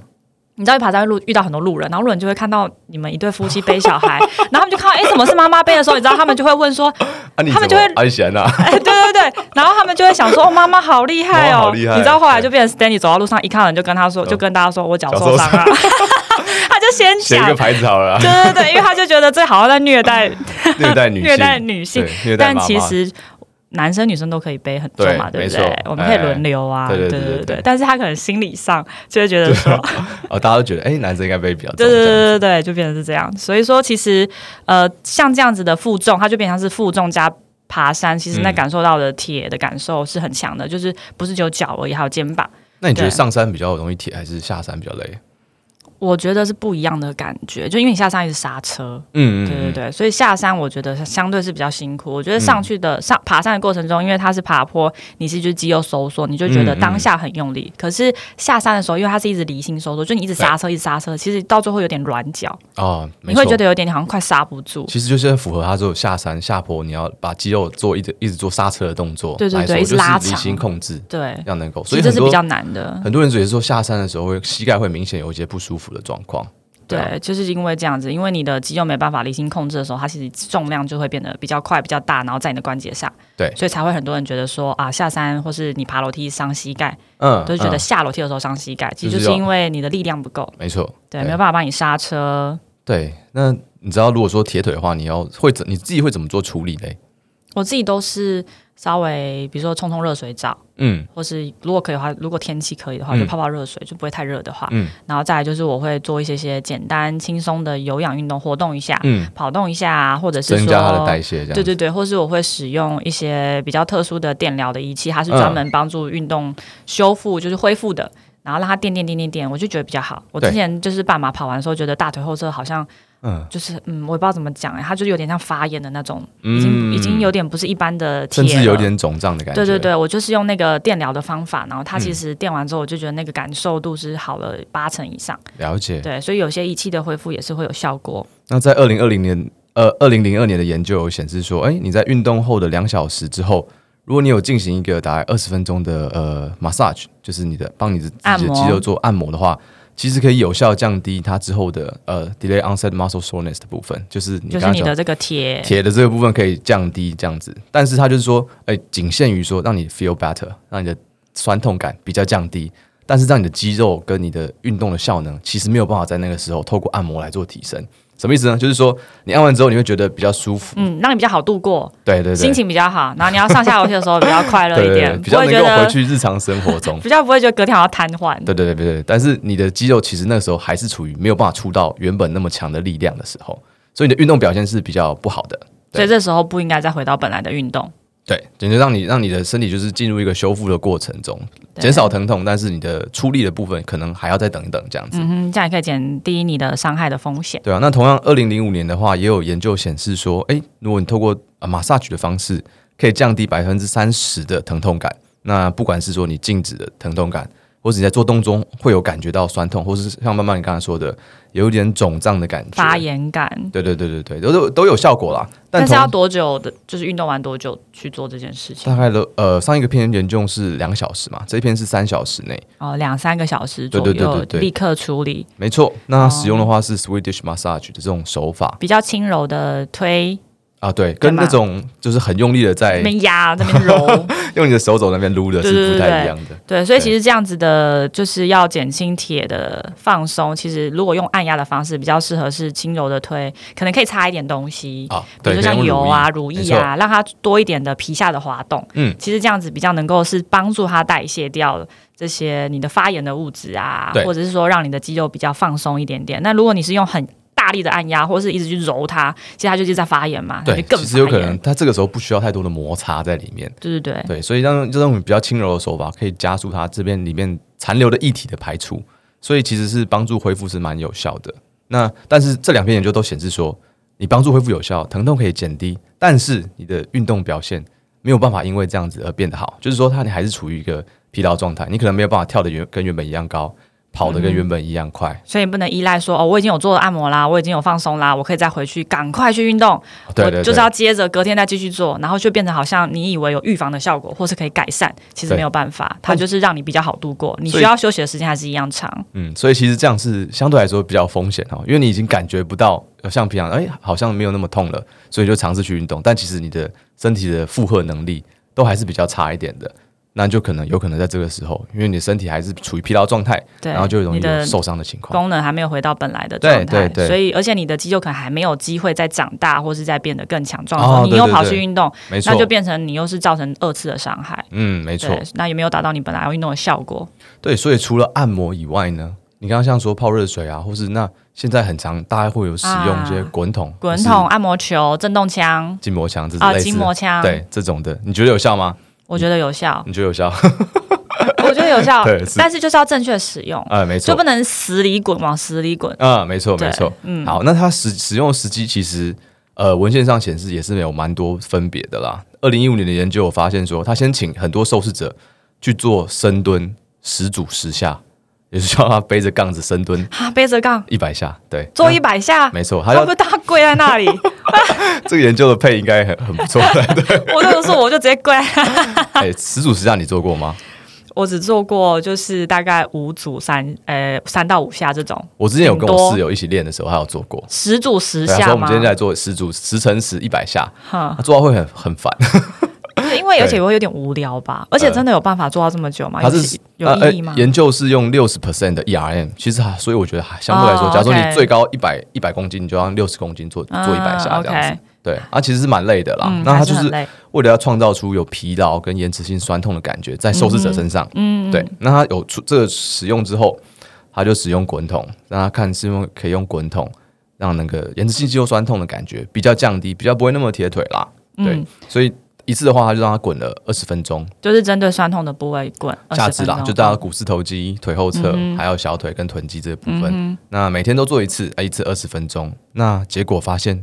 Speaker 2: 你知道去爬山路遇到很多路人，然后路人就会看到你们一对夫妻背小孩，然后他们就看到哎、诶怎么是妈妈背的时候，你知道他们就会问说
Speaker 1: 啊，你
Speaker 2: 他们就会
Speaker 1: 安闲
Speaker 2: [laughs]
Speaker 1: 啊，
Speaker 2: 哎，对对对，然后他们就会想说，哦，妈妈好厉害
Speaker 1: 妈妈
Speaker 2: 哦，
Speaker 1: 好厉害
Speaker 2: 你知道后来就变成 Stanley 走到路上，一看到人就跟他说，
Speaker 1: 嗯
Speaker 2: 就跟大家说我脚
Speaker 1: 脚
Speaker 2: 受
Speaker 1: 受
Speaker 2: 伤
Speaker 1: [laughs]
Speaker 2: 了，他就先
Speaker 1: 写一
Speaker 2: 讲
Speaker 1: 个，牌子好
Speaker 2: [laughs]
Speaker 1: 了啊，
Speaker 2: 对对对，因为他就觉得这好像在虐待
Speaker 1: 虐待女性，
Speaker 2: 虐待女性，
Speaker 1: 对，虐待
Speaker 2: 但
Speaker 1: 妈妈。
Speaker 2: 其实。男生女生都可以背很重嘛，
Speaker 1: 对
Speaker 2: 对不
Speaker 1: 没
Speaker 2: 对
Speaker 1: 错？
Speaker 2: 我们可以轮流啊，
Speaker 1: 哎对对
Speaker 2: 对
Speaker 1: 对对对
Speaker 2: 但是他可能心理上就会觉得说，
Speaker 1: 哦，大家都觉得，哎，男生应该背比较重，
Speaker 2: 对对
Speaker 1: 这样
Speaker 2: 对对对，就变成是这样。所以说，其实呃，像这样子的负重，它就变成是负重加爬山，其实那
Speaker 1: 嗯
Speaker 2: 感受到的铁的感受是很强的，就是不是只有脚而已，还有肩膀。
Speaker 1: 那你觉得
Speaker 2: 对
Speaker 1: 上山比较容易铁，还是下山比较累？
Speaker 2: 我觉得是不一样的感觉，就因为你下山一直刹车，
Speaker 1: 嗯嗯，嗯
Speaker 2: 对对，对，所以下山我觉得相对是比较辛苦。我觉得上去的、上爬山的过程中，因为它是爬坡，你是就肌肉收缩，你就觉得
Speaker 1: 嗯嗯
Speaker 2: 当下很用力。可是下山的时候，因为它是一直离心收缩，就你一直刹车，一直刹车，其实到最后有点软脚，
Speaker 1: 哦，
Speaker 2: 你
Speaker 1: 没
Speaker 2: 会
Speaker 1: 错
Speaker 2: 觉。得有点好像快刹不住。
Speaker 1: 其实就是符合他说下山下坡，你要把肌肉做一直一直做刹车的动作，
Speaker 2: 对对
Speaker 1: 来
Speaker 2: 对
Speaker 1: 说
Speaker 2: 一直拉
Speaker 1: 就是
Speaker 2: 长
Speaker 1: 离心控制，
Speaker 2: 对，
Speaker 1: 要能够。
Speaker 2: 其
Speaker 1: 所以
Speaker 2: 实这
Speaker 1: 很
Speaker 2: 是比
Speaker 1: 多
Speaker 2: 较难的。
Speaker 1: 很多人只是说下山的时候会膝盖会明显有一些不舒服的状况。对啊
Speaker 2: 对，就是因为这样子，因为你的肌肉没办法离心控制的时候，它其实重量就会变得比较快、比较大，然后在你的关节上，
Speaker 1: 对
Speaker 2: 所以才会很多人觉得说啊，下山或是你爬楼梯伤膝盖，
Speaker 1: 嗯，
Speaker 2: 都是觉得
Speaker 1: 嗯
Speaker 2: 下楼梯的时候伤膝盖，其实
Speaker 1: 就
Speaker 2: 就是是
Speaker 1: 要
Speaker 2: 因为你的力量不够，
Speaker 1: 没错，
Speaker 2: 对，没有办法帮你刹车。
Speaker 1: 对，那你知道如果说铁腿的话，你要会怎你自己会怎么做处理嘞？
Speaker 2: 我自己都是稍微，比如说冲冲热水澡，
Speaker 1: 嗯，
Speaker 2: 或是如果可以的话，如果天气可以的话，
Speaker 1: 嗯
Speaker 2: 就泡泡热水，就不会太热的话。
Speaker 1: 嗯
Speaker 2: 然后再来就是我会做一些些简单轻松的有氧运动，活动一下，
Speaker 1: 嗯，
Speaker 2: 跑动一下，或者啊是
Speaker 1: 增加它的代
Speaker 2: 说。
Speaker 1: 谢，这样
Speaker 2: 对对对，或是我会使用一些比较特殊的电疗的仪器，它是
Speaker 1: 嗯
Speaker 2: 专门帮助运动修复，就是恢复的，然后让它电电电电电，我就觉得比较好。我
Speaker 1: 对
Speaker 2: 之前就是半马跑完的时候，觉得大腿后侧好像
Speaker 1: 嗯，
Speaker 2: 就是嗯，我也不知道怎么讲哎、它就是有点像发炎的那种，
Speaker 1: 嗯
Speaker 2: 已经已经有点不是一般的铁
Speaker 1: 甚
Speaker 2: 了，
Speaker 1: 至有点肿胀的感觉。嗯
Speaker 2: 对对，对，我就是用那个电疗的方法，然后它其实电完之后，我就觉得那个感受度是好了八成以上，
Speaker 1: 了解。
Speaker 2: 对，所以有些仪器的恢复也是会有效果。
Speaker 1: 那在二零二零年，呃，二零零二年的研究有显示说，哎，你在运动后的两小时之后，如果你有进行一个大概二十分钟的呃 massage，就是你的帮你的自
Speaker 2: 按
Speaker 1: 己的
Speaker 2: 摩
Speaker 1: 肌肉做按摩的话，其实可以有效降低它之后的呃 delay onset muscle soreness 的部分，就是你刚
Speaker 2: 就是
Speaker 1: 刚
Speaker 2: 你
Speaker 1: 讲
Speaker 2: 的这个铁，
Speaker 1: 铁的这个部分可以降低这样子，但是它就是说，哎、仅限于说让你 feel better，让你的酸痛感比较降低，但是让你的肌肉跟你的运动的效能其实没有办法在那个时候透过按摩来做提升。什么意思呢？就是说你按完之后你会觉得比较舒服，
Speaker 2: 嗯，让你比较好度过，
Speaker 1: 对对对，
Speaker 2: 心情比较好，然后你要上下楼梯的时候比较快乐
Speaker 1: 对
Speaker 2: 一
Speaker 1: 对对，
Speaker 2: 点，
Speaker 1: 比
Speaker 2: 不
Speaker 1: 较
Speaker 2: 会
Speaker 1: 能
Speaker 2: 觉
Speaker 1: 够回
Speaker 2: 得
Speaker 1: 去日常生活中。
Speaker 2: 比较不会觉得隔天好像瘫痪。
Speaker 1: 对对对对对，但是你的肌肉其实那个时候还是处于没有办法出到原本那么强的力量的时候，所以你的运动表现是比较不好的。对
Speaker 2: 所以这时候不应该再回到本来的运动，
Speaker 1: 对，简直让你让你的身体就是进入一个修复的过程中，
Speaker 2: 对
Speaker 1: 减少疼痛，但是你的出力的部分可能还要再等一等这样子。
Speaker 2: 嗯哼，这样也可以减低你的伤害的风险。
Speaker 1: 对啊，那同样，二零零五年的话，也有研究显示说，诶，如果你透过呃马萨举的方式，可以降低百分之三十的疼痛感。那不管是说你静止的疼痛感，或者你在做动中会有感觉到酸痛，或是像慢慢你刚才说的，有一点肿胀的感觉，
Speaker 2: 发。炎感。
Speaker 1: 对对对对对，都都都有效果啦。
Speaker 2: 但
Speaker 1: 但
Speaker 2: 是
Speaker 1: 同
Speaker 2: 要多久的？就是运动完多久去做这件事情？
Speaker 1: 大概的呃，上一个篇研究是两小时嘛，这一篇是三小时内。
Speaker 2: 哦，两三个小时左右
Speaker 1: 对对对对对
Speaker 2: 立刻处理，
Speaker 1: 没错，那
Speaker 2: 哦
Speaker 1: 它使用的话是 Swedish massage 的这种手法
Speaker 2: 比较轻柔的推，
Speaker 1: 啊，对，
Speaker 2: 对
Speaker 1: 跟
Speaker 2: 吗
Speaker 1: 那种就是很用力的在
Speaker 2: 那边压，那边
Speaker 1: [laughs]
Speaker 2: 揉，
Speaker 1: 用你的手肘那边撸的
Speaker 2: 对
Speaker 1: 是
Speaker 2: 对
Speaker 1: 不
Speaker 2: 对
Speaker 1: 太一样的。
Speaker 2: 对，所以
Speaker 1: 对
Speaker 2: 其实这样子的，就是要减轻铁的放松。其实如果用按压的方式，比较适合是轻柔的推，可能可以擦一点东西，
Speaker 1: 啊，
Speaker 2: 比
Speaker 1: 对，
Speaker 2: 如说
Speaker 1: 可以用
Speaker 2: 像油啊、
Speaker 1: 乳
Speaker 2: 乳
Speaker 1: 液
Speaker 2: 液，啊，让它多一点的皮下的滑动。
Speaker 1: 嗯
Speaker 2: 其实这样子比较能够是帮助它代谢掉这些你的发炎的物质啊
Speaker 1: 对，
Speaker 2: 或者是说让你的肌肉比较放松一点点。那如果你是用很大力的按压，或是一直去揉它，其实它就是在发炎嘛，
Speaker 1: 没错
Speaker 2: 它就
Speaker 1: 对，
Speaker 2: 更
Speaker 1: 其实有
Speaker 2: 发
Speaker 1: 可
Speaker 2: 炎
Speaker 1: 能。它这个时候不需要太多的摩擦在里面，
Speaker 2: 对对对，
Speaker 1: 对，所以让这种比较轻柔的手法可以加速它这边里面残留的液体的排出，所以其实是帮助恢复是蛮有效的。那但是这两篇研究都显示说，你帮助恢复有效，疼痛可以减低，但是你的运动表现没有办法因为这样子而变得好，就是说它你还是处于一个疲劳状态，你可能没有办法跳的原跟原本一样高，跑的跟
Speaker 2: 嗯
Speaker 1: 原本一样快，
Speaker 2: 所以你不能依赖说哦，我已经有做按摩啦，我已经有放松啦，我可以再回去赶快去运动，
Speaker 1: 哦对对
Speaker 2: 我就
Speaker 1: 对
Speaker 2: 是要接着隔天再继续做，然后就变成好像你以为有预防的效果，或是可以改善，其实
Speaker 1: 对哦
Speaker 2: 没有办法，它就是让你比较好度过，你
Speaker 1: 所以
Speaker 2: 需要休息的时间还是一样长。
Speaker 1: 嗯，所以其实这样是相对来说比较有风险哦，因为你已经感觉不到，呃像平常哎、好像没有那么痛了，所以就尝试去运动，但其实你的身体的负荷能力都还是比较差一点的，那就可能有可能在这个时候，因为你的身体还是处于疲劳状态，
Speaker 2: 对，
Speaker 1: 然后就容易
Speaker 2: 你的
Speaker 1: 有受伤的情况。
Speaker 2: 功能还没有回到本来的
Speaker 1: 对
Speaker 2: 状
Speaker 1: 对
Speaker 2: 态，
Speaker 1: 对
Speaker 2: 所以而且你的肌肉可能还没有机会再长大，或是再变得更强壮的时候，
Speaker 1: 哦
Speaker 2: 你又
Speaker 1: 对对
Speaker 2: 跑
Speaker 1: 对
Speaker 2: 去运动，
Speaker 1: 没错
Speaker 2: 那，就变成你又是造成二次的伤害。
Speaker 1: 嗯，没错，
Speaker 2: 对，那有没有达到你本来要运动的效果？
Speaker 1: 对，所以除了按摩以外呢，你刚刚像说泡热水啊，或是那现在很常大家会有使用一些
Speaker 2: 啊
Speaker 1: 滚筒、
Speaker 2: 滚筒、、按摩球、震动枪
Speaker 1: 筋膜枪这
Speaker 2: 啊、
Speaker 1: 类似
Speaker 2: 筋膜枪，
Speaker 1: 对这种的，你觉得有效吗？ [laughs]
Speaker 2: 我觉得有效。
Speaker 1: 你觉得有效？
Speaker 2: 我觉得有效
Speaker 1: 对是，
Speaker 2: 但是就是要正确使用，
Speaker 1: 呃，没
Speaker 2: 就
Speaker 1: 错
Speaker 2: 不，能死里滚往死里滚。
Speaker 1: 嗯，没错，
Speaker 2: 对
Speaker 1: 没错，
Speaker 2: 嗯
Speaker 1: 好，那它使使用时机其实，呃，文献上显示也是有蛮多分别的啦。二零一五年的研究有发现说，他先请很多受试者去做深蹲十组十下，也就是叫他背着杠子深蹲
Speaker 2: 啊，背着杠
Speaker 1: 一百下，对，
Speaker 2: 做一百下，
Speaker 1: 嗯没错，他
Speaker 2: 他
Speaker 1: 要
Speaker 2: 不大跪在
Speaker 1: [laughs]
Speaker 2: 那里，
Speaker 1: 这个研究的配应该很 [laughs] 很
Speaker 2: [laughs]
Speaker 1: 不错，对，
Speaker 2: 我如果是我就直接跪在那里。
Speaker 1: 哎，十组十下你做过吗？
Speaker 2: 我只做过就是大概五组三呃三到五下这种，
Speaker 1: 我之前有跟
Speaker 2: 顶
Speaker 1: 我
Speaker 2: 多
Speaker 1: 室友一起练的时候，他有做过。
Speaker 2: 十组十
Speaker 1: 对，他说啊
Speaker 2: 下啊
Speaker 1: 我们
Speaker 2: 吗？
Speaker 1: 今天就来做十组十乘十一百下，
Speaker 2: 哼
Speaker 1: 他做到会很很烦。
Speaker 2: 就是因为而且会有点无聊吧，而且真的有办法做到这么久吗？
Speaker 1: 他
Speaker 2: 有
Speaker 1: 是呃
Speaker 2: 其有意义吗？
Speaker 1: 研究是用六十 percent 的 ERM，其实还所以我觉得还相对来说，
Speaker 2: 哦
Speaker 1: 假如说
Speaker 2: OK
Speaker 1: 你最高一百一百公斤，你就要六十公斤做做
Speaker 2: 嗯
Speaker 1: 一百下这样子
Speaker 2: OK。
Speaker 1: 对，啊，其实是蛮累的啦
Speaker 2: 嗯。
Speaker 1: 那他
Speaker 2: 还
Speaker 1: 就是是
Speaker 2: 很累
Speaker 1: 为了要创造出有疲劳跟延迟性酸痛的感觉，在受试者身上，嗯，对。那他有出这个使用之后，他就使用滚筒，让他看是用可以用滚筒让那个延迟性肌肉酸痛的感觉比较降低，比较不会那么铁腿啦。对，
Speaker 2: 嗯
Speaker 1: 所以一次的话，他就让他滚了二十分钟，
Speaker 2: 就是针对酸哦痛的部位滚20
Speaker 1: 下肢啦，
Speaker 2: 分钟
Speaker 1: 就到股四头肌、腿后侧，还有小腿跟臀肌这部分。那每天都做一次，啊一次二十分钟。那结果发现，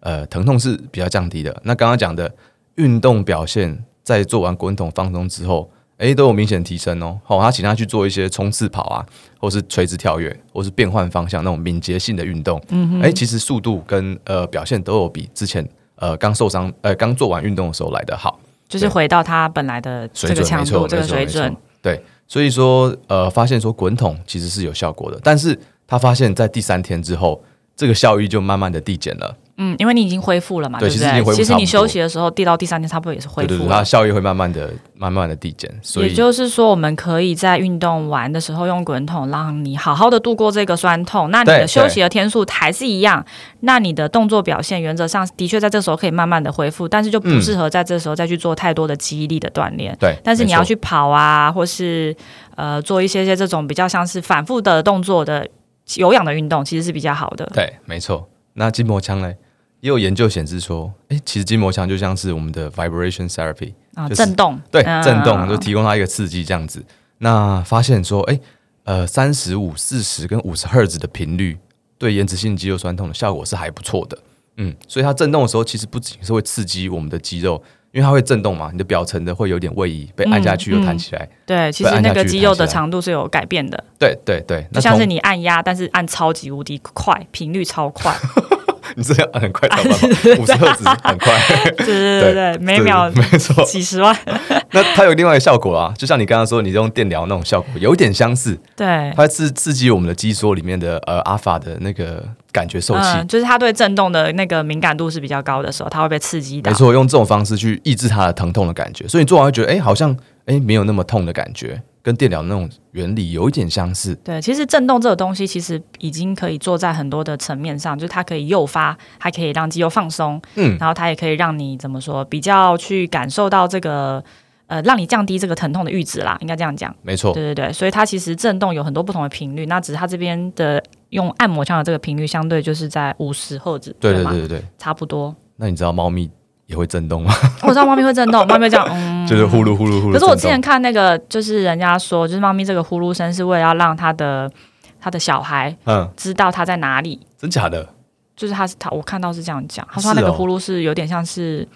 Speaker 1: 呃，疼痛是比较降低的。那刚刚讲的运动表现，在做完滚筒放松之后，诶，都有明显提升哦。好、他请他去做一些冲刺跑啊，或是垂直跳跃，或是变换方向那种敏捷性的运动。嗯诶，其实速度跟呃表现都有比之前呃刚受伤呃刚做完运动的时候来得好。
Speaker 2: 就是回到他本来的
Speaker 1: 水
Speaker 2: 这个
Speaker 1: 准，没
Speaker 2: 强
Speaker 1: 错，
Speaker 2: 度
Speaker 1: 没
Speaker 2: 这
Speaker 1: 错，
Speaker 2: 个水
Speaker 1: 没
Speaker 2: 准
Speaker 1: 错。对，所以说呃，发现说滚筒其实是有效果的，但是他发现在第三天之后，这个效益就慢慢的递减了。
Speaker 2: 嗯，因为你已经恢复了嘛，
Speaker 1: 对
Speaker 2: 对不
Speaker 1: 其实已经恢
Speaker 2: 对？
Speaker 1: 复
Speaker 2: 其实
Speaker 1: 差
Speaker 2: 你
Speaker 1: 不多
Speaker 2: 休息的时候，第到第三天差不多也是恢
Speaker 1: 对对
Speaker 2: 复
Speaker 1: 对，
Speaker 2: 了
Speaker 1: 它。效益会慢慢的、慢慢的递减，所
Speaker 2: 也
Speaker 1: 以
Speaker 2: 就是说，我们可以在运动完的时候用滚筒，让你好好的度过这个酸痛。那你
Speaker 1: 对
Speaker 2: 的休息的天数还是一样，那你的动作表现原则上的确在这时候可以慢慢的恢复，但是就不适合在这时候再去做太多的肌力的锻炼。
Speaker 1: 对，
Speaker 2: 但是你
Speaker 1: 没错
Speaker 2: 要去跑啊，或是呃做一些些这种比较像是反复的动作的有氧的运动，其实是比较好的。
Speaker 1: 对，没错。那筋膜枪呢？也有研究显示说，诶，其实筋膜枪就像是我们的 vibration therapy，
Speaker 2: 啊，
Speaker 1: 就是
Speaker 2: 震动，
Speaker 1: 对，
Speaker 2: 嗯
Speaker 1: 震动就提供它一个刺激，这样子。那发现说，哎、呃，三十五、四十跟五十赫兹的频率，对延迟性肌肉酸痛的效果是还不错的。嗯，所以它震动的时候，其实不仅是会刺激我们的肌肉，因为它会震动嘛，你的表层的会有点位移，被按下
Speaker 2: 嗯
Speaker 1: 去又弹起来。
Speaker 2: 对，其
Speaker 1: 对
Speaker 2: 实
Speaker 1: 按下
Speaker 2: 那个
Speaker 1: 去
Speaker 2: 肌
Speaker 1: 弹
Speaker 2: 肉
Speaker 1: 起
Speaker 2: 的
Speaker 1: 来
Speaker 2: 长度是有改变的。
Speaker 1: 对对对，
Speaker 2: 就
Speaker 1: 那
Speaker 2: 像
Speaker 1: 同
Speaker 2: 是你按压，但是按超级无敌快，频率超快，
Speaker 1: [laughs] 你这样按很快，
Speaker 2: [laughs]
Speaker 1: 五十赫兹很快，
Speaker 2: 对 [laughs] 对对对，每秒
Speaker 1: 对没错。
Speaker 2: 几十万， [laughs]
Speaker 1: 那它有另外一个效果啊，就像你刚刚说，你用电疗那种效果有点相似，
Speaker 2: 对，
Speaker 1: 它刺刺激我们的肌缩里面的呃阿法的那个感觉受器，
Speaker 2: 嗯，就是它对震动的那个敏感度是比较高的时候，它会被刺激到
Speaker 1: 没。错，用这种方式去抑制它的疼痛的感觉，所以你做完会觉得，哎、好像哎、诶没有那么痛的感觉，跟电疗那种原理有一点相似。
Speaker 2: 对，其实震动这个东西，其实已经可以做在很多的层面上，就是它可以诱发，它可以让肌肉放松，
Speaker 1: 嗯，
Speaker 2: 然后它也可以让你怎么说，比较去感受到这个，呃，让你降低这个疼痛的阈值啦，应该这样讲。
Speaker 1: 没错，
Speaker 2: 对对对，所以它其实震动有很多不同的频率，那只是它这边的用按摩枪的这个频率相对就是在五十赫兹，
Speaker 1: 对对
Speaker 2: 吗
Speaker 1: 对？对对。
Speaker 2: 差不多。 [laughs]
Speaker 1: 那你知道猫咪也会震动吗？
Speaker 2: 我知道猫咪会震动，猫咪会这样，嗯。
Speaker 1: 就是呼噜呼噜呼噜震动。
Speaker 2: 可是我之前看那个，就是人家说，就是猫咪这个呼噜声是为了要让它的它的小孩
Speaker 1: 嗯，
Speaker 2: 知道它在哪里，
Speaker 1: 真假的？
Speaker 2: 就是它是它，我看到是这样讲，他说它那
Speaker 1: 是
Speaker 2: 个
Speaker 1: 哦
Speaker 2: 呼噜是有点像是。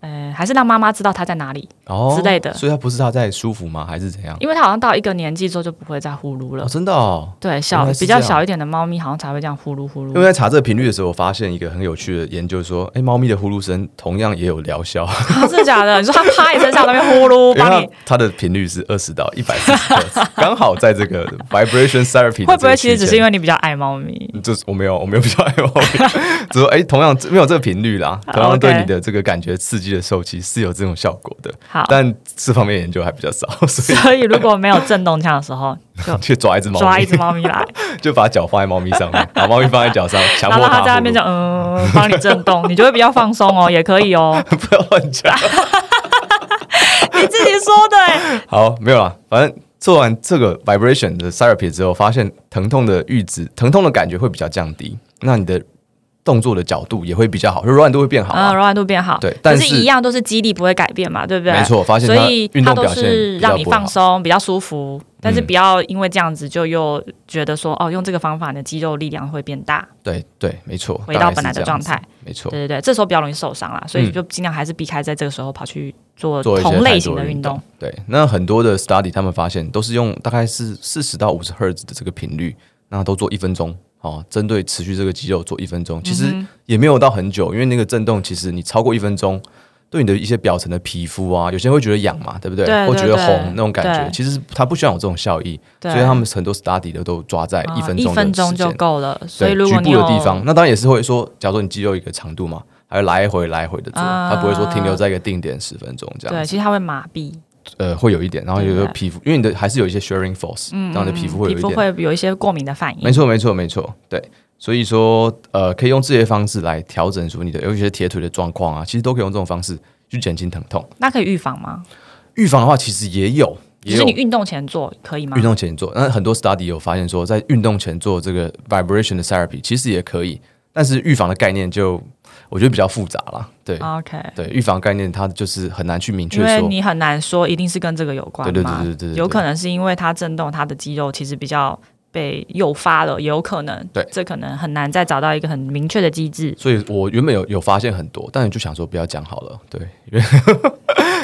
Speaker 2: 呃，还是让妈妈知道它在哪里，
Speaker 1: 哦
Speaker 2: 之类的
Speaker 1: 所以它不是它在舒服吗？还是怎样？
Speaker 2: 因为它好像到一个年纪之后就不会再呼噜了
Speaker 1: 哦，。真的哦。
Speaker 2: 对，
Speaker 1: 原
Speaker 2: 小
Speaker 1: 来是
Speaker 2: 比较
Speaker 1: 这样
Speaker 2: 小一点的猫咪好像才会这样呼噜呼噜。
Speaker 1: 因为在查这个频率的时候，我发现一个很有趣的研究，说，哎、猫咪的呼噜声同样也有疗效，
Speaker 2: 啊， [laughs] 真的假的？你说他趴你身上那边呼噜，
Speaker 1: [laughs] 因为
Speaker 2: 帮
Speaker 1: 它
Speaker 2: 你
Speaker 1: 它的频率是二十到一百四十赫
Speaker 2: [laughs]
Speaker 1: 兹，刚好在这个 vibration therapy 的
Speaker 2: 会不
Speaker 1: 这个
Speaker 2: 会其实
Speaker 1: 区
Speaker 2: 只是
Speaker 1: 间
Speaker 2: 因为你比较爱猫咪？
Speaker 1: 就是我没有，我 [laughs] 没有比较爱猫咪，只是哎、诶同样没有这个频率啦，
Speaker 2: 好
Speaker 1: 同样对
Speaker 2: OK
Speaker 1: 你的这个感觉刺激的受气是有这种效果的，
Speaker 2: 好，
Speaker 1: 但这方面研究还比较少， [laughs] 所以
Speaker 2: 所以如果没有震动枪的时候，就
Speaker 1: 去抓一 [laughs] 只猫
Speaker 2: 抓一
Speaker 1: 咪，
Speaker 2: 只猫咪来，
Speaker 1: [laughs] 就把脚放在猫咪上面，把猫咪放在脚
Speaker 2: [laughs]
Speaker 1: 上，强
Speaker 2: 然后
Speaker 1: 迫
Speaker 2: 让它在那
Speaker 1: 呼
Speaker 2: 边
Speaker 1: 噜。
Speaker 2: 讲，嗯，帮你震动，你 [laughs] 就会比较放松哦，也可以哦
Speaker 1: [laughs] 不要乱讲。
Speaker 2: 你自己说的欸，
Speaker 1: 好，没有啦，反正做完这个 vibration 的 therapy 之后，发现疼痛的阈值、疼痛的感觉会比较降低，那你的动作的角度也会比较好，就柔软度会变好
Speaker 2: 嗯，
Speaker 1: 啊。
Speaker 2: 柔软度变好，
Speaker 1: 对
Speaker 2: 可
Speaker 1: 但
Speaker 2: 是
Speaker 1: 是
Speaker 2: 一样都是肌力不会改变嘛，对不对？
Speaker 1: 没错，发现
Speaker 2: 所
Speaker 1: 他
Speaker 2: 以
Speaker 1: 运
Speaker 2: 它
Speaker 1: 动
Speaker 2: 都
Speaker 1: 表现
Speaker 2: 是
Speaker 1: 比较
Speaker 2: 让你
Speaker 1: 不好
Speaker 2: 放松，比较舒服，但是
Speaker 1: 嗯
Speaker 2: 不要因为这样子就又觉得说，哦，用这个方法你的肌肉力量会变大，
Speaker 1: 对对，没错，
Speaker 2: 回
Speaker 1: 大概
Speaker 2: 到
Speaker 1: 是
Speaker 2: 本来的
Speaker 1: 这
Speaker 2: 状
Speaker 1: 样子
Speaker 2: 态。。
Speaker 1: 没错
Speaker 2: 对，对对，这时候比较容易受伤啦，所以
Speaker 1: 哦嗯
Speaker 2: 就尽量还是避开在这个时候跑去做
Speaker 1: 做一些
Speaker 2: 同类
Speaker 1: 太
Speaker 2: 型
Speaker 1: 多
Speaker 2: 的运动。。
Speaker 1: 对，那很多的 study 他们发现都是用大概是四十到五十赫兹的这个频率，那都做一分钟。哦，针对持续这个肌肉做一分
Speaker 2: 嗯
Speaker 1: 钟，其实也没有到很久，因为那个震动其实你超过一分钟，对你的一些表层的皮肤啊，有些人会觉得痒嘛，对不对？
Speaker 2: 对
Speaker 1: 或
Speaker 2: 对
Speaker 1: 觉得
Speaker 2: 对
Speaker 1: 红那种感觉，
Speaker 2: 对
Speaker 1: 其实它不需要有这种效益，
Speaker 2: 对，
Speaker 1: 所以他们很多 study 的都抓在
Speaker 2: 啊
Speaker 1: 哎一分
Speaker 2: 一
Speaker 1: 钟、
Speaker 2: 分钟就够了。所以
Speaker 1: 对
Speaker 2: 如果
Speaker 1: 局
Speaker 2: 你
Speaker 1: 部
Speaker 2: 有
Speaker 1: 的地方，那当然也是会说，假如说你肌肉一个长度嘛，还会来回来回的做，
Speaker 2: 啊
Speaker 1: 它不会说停留在一个定点十分钟这样
Speaker 2: 对，
Speaker 1: 子，
Speaker 2: 其实它会麻痹，
Speaker 1: 呃，会有一点，然后有时候
Speaker 2: 对嗯
Speaker 1: 皮肤，因为你的还是有一些 shearing force，让你的皮肤会
Speaker 2: 皮
Speaker 1: 有一
Speaker 2: 肤
Speaker 1: 点，
Speaker 2: 会有一些过敏的反
Speaker 1: 没
Speaker 2: 应。
Speaker 1: 错没错没错，对，所以说呃，可以用这些方式来调整出你的，尤其是铁腿的状况啊，其实都可以用这种方式去减轻疼痛。
Speaker 2: 那可以预防吗？
Speaker 1: 预防的话，其实也有，
Speaker 2: 就
Speaker 1: 也
Speaker 2: 是
Speaker 1: 有
Speaker 2: 你运动前做可以吗
Speaker 1: 运？动前做，那很多 study 有发现说，在运动前做这个 vibration 的 therapy 其实也可以，但是预防的概念就我觉得比较复杂啦。对、
Speaker 2: OK，
Speaker 1: 对，预防概念它就是很难去明确
Speaker 2: 哦因为
Speaker 1: 说，
Speaker 2: 你很难说一定是跟这个有关嘛，
Speaker 1: 对对对对对对对
Speaker 2: 有可能是因为它震动，它的肌肉其实比较被诱发了，也有可能，
Speaker 1: 对
Speaker 2: 这可能很难再找到一个很明确的机制。
Speaker 1: 所以我原本有有发现很多，但就想说不要讲好了，对，因为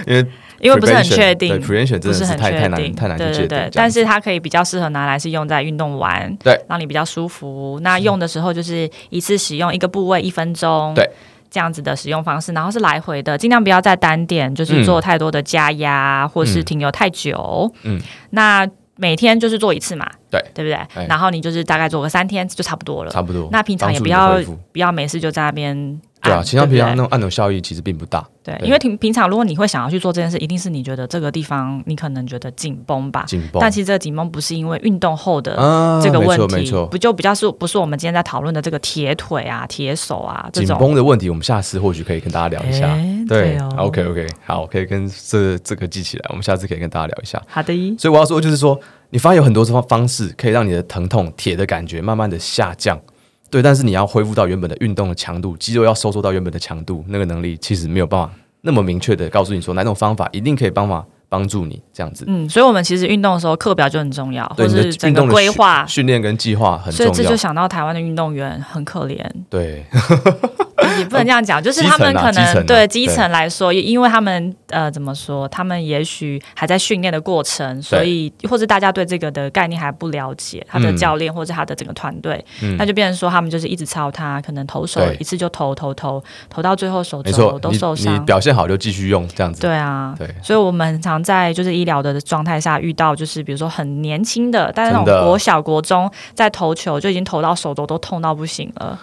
Speaker 1: 因为
Speaker 2: 因为不是很
Speaker 1: prevention，
Speaker 2: 确定
Speaker 1: 对 prevention 真
Speaker 2: 不
Speaker 1: 的是
Speaker 2: 很
Speaker 1: 太太
Speaker 2: 确
Speaker 1: 难
Speaker 2: 定，
Speaker 1: 太难去
Speaker 2: 对
Speaker 1: 界
Speaker 2: 对
Speaker 1: 定，
Speaker 2: 对，
Speaker 1: 这样
Speaker 2: 但
Speaker 1: 子
Speaker 2: 是它可以比较适合拿来是用在运动完，
Speaker 1: 对，
Speaker 2: 让你比较舒服。那用的时候就是一次使用一个部位一分钟，
Speaker 1: 对，
Speaker 2: 这样子的使用方式，然后是来回的，尽量不要再单点，就是做太多的加压、或是停留太久。
Speaker 1: 嗯，
Speaker 2: 那每天就是做一次嘛，
Speaker 1: 对
Speaker 2: 对不对？
Speaker 1: 哎
Speaker 2: 然后你就是大概做个三天就差不多了。
Speaker 1: 差不多。
Speaker 2: 那平常也
Speaker 1: 帮助
Speaker 2: 不
Speaker 1: 你的
Speaker 2: 要
Speaker 1: 恢复
Speaker 2: 不要没事就在那边
Speaker 1: 对啊，
Speaker 2: 按
Speaker 1: 其实
Speaker 2: 不
Speaker 1: 平
Speaker 2: 对
Speaker 1: 常那种按钮效益其实并不大，
Speaker 2: 对，
Speaker 1: 对
Speaker 2: 因为平平常如果你会想要去做这件事，一定是你觉得这个地方你可能觉得紧绷吧，
Speaker 1: 紧绷
Speaker 2: 但其实这个紧绷不是因为运动后的
Speaker 1: 啊，
Speaker 2: 这个
Speaker 1: 没
Speaker 2: 问
Speaker 1: 错
Speaker 2: 题，
Speaker 1: 没错。
Speaker 2: 不就比较是不是我们今天在讨论的这个铁腿啊、铁手啊这
Speaker 1: 紧
Speaker 2: 种？
Speaker 1: 绷的问题，我们下次或许可以跟大家聊一下。
Speaker 2: 哎对哦
Speaker 1: o k OK，好，可以跟这这个记起来，我们下次可以跟大家聊一下。
Speaker 2: 好的，
Speaker 1: 所以我要说就是说，你发现有很多方方式可以让你的疼痛、铁的感觉慢慢的下降，对，但是你要恢复到原本的运动的强度，肌肉要收缩到原本的强度，那个能力其实没有办法那么明确的告诉你说哪种方法一定可以帮忙帮助你这样子。
Speaker 2: 嗯，所以我们其实运动的时候课表就很重要，
Speaker 1: 对
Speaker 2: 或
Speaker 1: 你的
Speaker 2: 是整
Speaker 1: 运
Speaker 2: 个
Speaker 1: 动的
Speaker 2: 规
Speaker 1: 训
Speaker 2: 划。
Speaker 1: 训练跟计划很
Speaker 2: 所以
Speaker 1: 重
Speaker 2: 这就
Speaker 1: 要。
Speaker 2: 想到台湾的运动员很可怜，
Speaker 1: 对，
Speaker 2: 也不能这样讲，就是
Speaker 1: 基
Speaker 2: 他们
Speaker 1: 层啊
Speaker 2: 可能
Speaker 1: 基层啊
Speaker 2: 对
Speaker 1: 对
Speaker 2: 基层来说，也因为他们呃怎么说，他们也许还在训练的过程，所以或者大家对这个的概念还不了解，他的
Speaker 1: 嗯
Speaker 2: 教练或者他的整个团队，那就变成说他们就是一直操他，可能投手
Speaker 1: 对
Speaker 2: 一次就投投投投到最后手
Speaker 1: 没错
Speaker 2: 肘，都
Speaker 1: 你
Speaker 2: 受
Speaker 1: 你
Speaker 2: 伤，
Speaker 1: 表现好就继续用这样子。
Speaker 2: 对啊。
Speaker 1: 对，
Speaker 2: 所以，我们很常在就是医疗的状态下遇到，就是比如说很年轻的，但是那种
Speaker 1: 真的
Speaker 2: 国小、国中在投球就已经投到手肘都痛到不行了。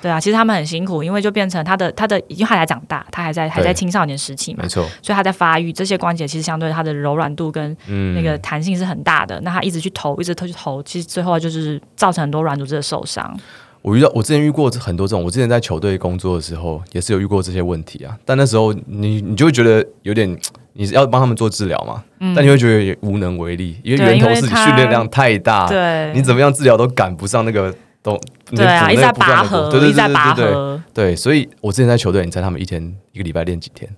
Speaker 2: 对啊，其实他们很辛苦，因为就变成他的他的，因为他还在长大，他还在还在青少年时期嘛
Speaker 1: 没，错。
Speaker 2: 所以他在发育，这些关节其实相对它的柔软度跟
Speaker 1: 嗯
Speaker 2: 那个弹性是很大的。那他一直去投，一直投去投，其实最后就是造成很多软组织的受伤。
Speaker 1: 我遇到我之前遇过很多这种，我之前在球队工作的时候也是有遇过这些问题啊。但那时候你你就会觉得有点，你是要帮他们做治疗嘛，但你会觉得也无能为力，因为
Speaker 2: 嗯对
Speaker 1: 源
Speaker 2: 因
Speaker 1: 头
Speaker 2: 为
Speaker 1: 是你
Speaker 2: 他
Speaker 1: 训练量太大，
Speaker 2: 对，
Speaker 1: 啊你怎么样治疗都赶不上那个东，你
Speaker 2: 对啊，
Speaker 1: 补
Speaker 2: 一直
Speaker 1: 那个
Speaker 2: 在
Speaker 1: 不断
Speaker 2: 拔
Speaker 1: 的
Speaker 2: 河
Speaker 1: 补，对
Speaker 2: 一
Speaker 1: 对
Speaker 2: 直在
Speaker 1: 对
Speaker 2: 拔
Speaker 1: 对对对，
Speaker 2: 河，
Speaker 1: 对，所以我之前在球队，你猜他们一天一个礼拜练几天？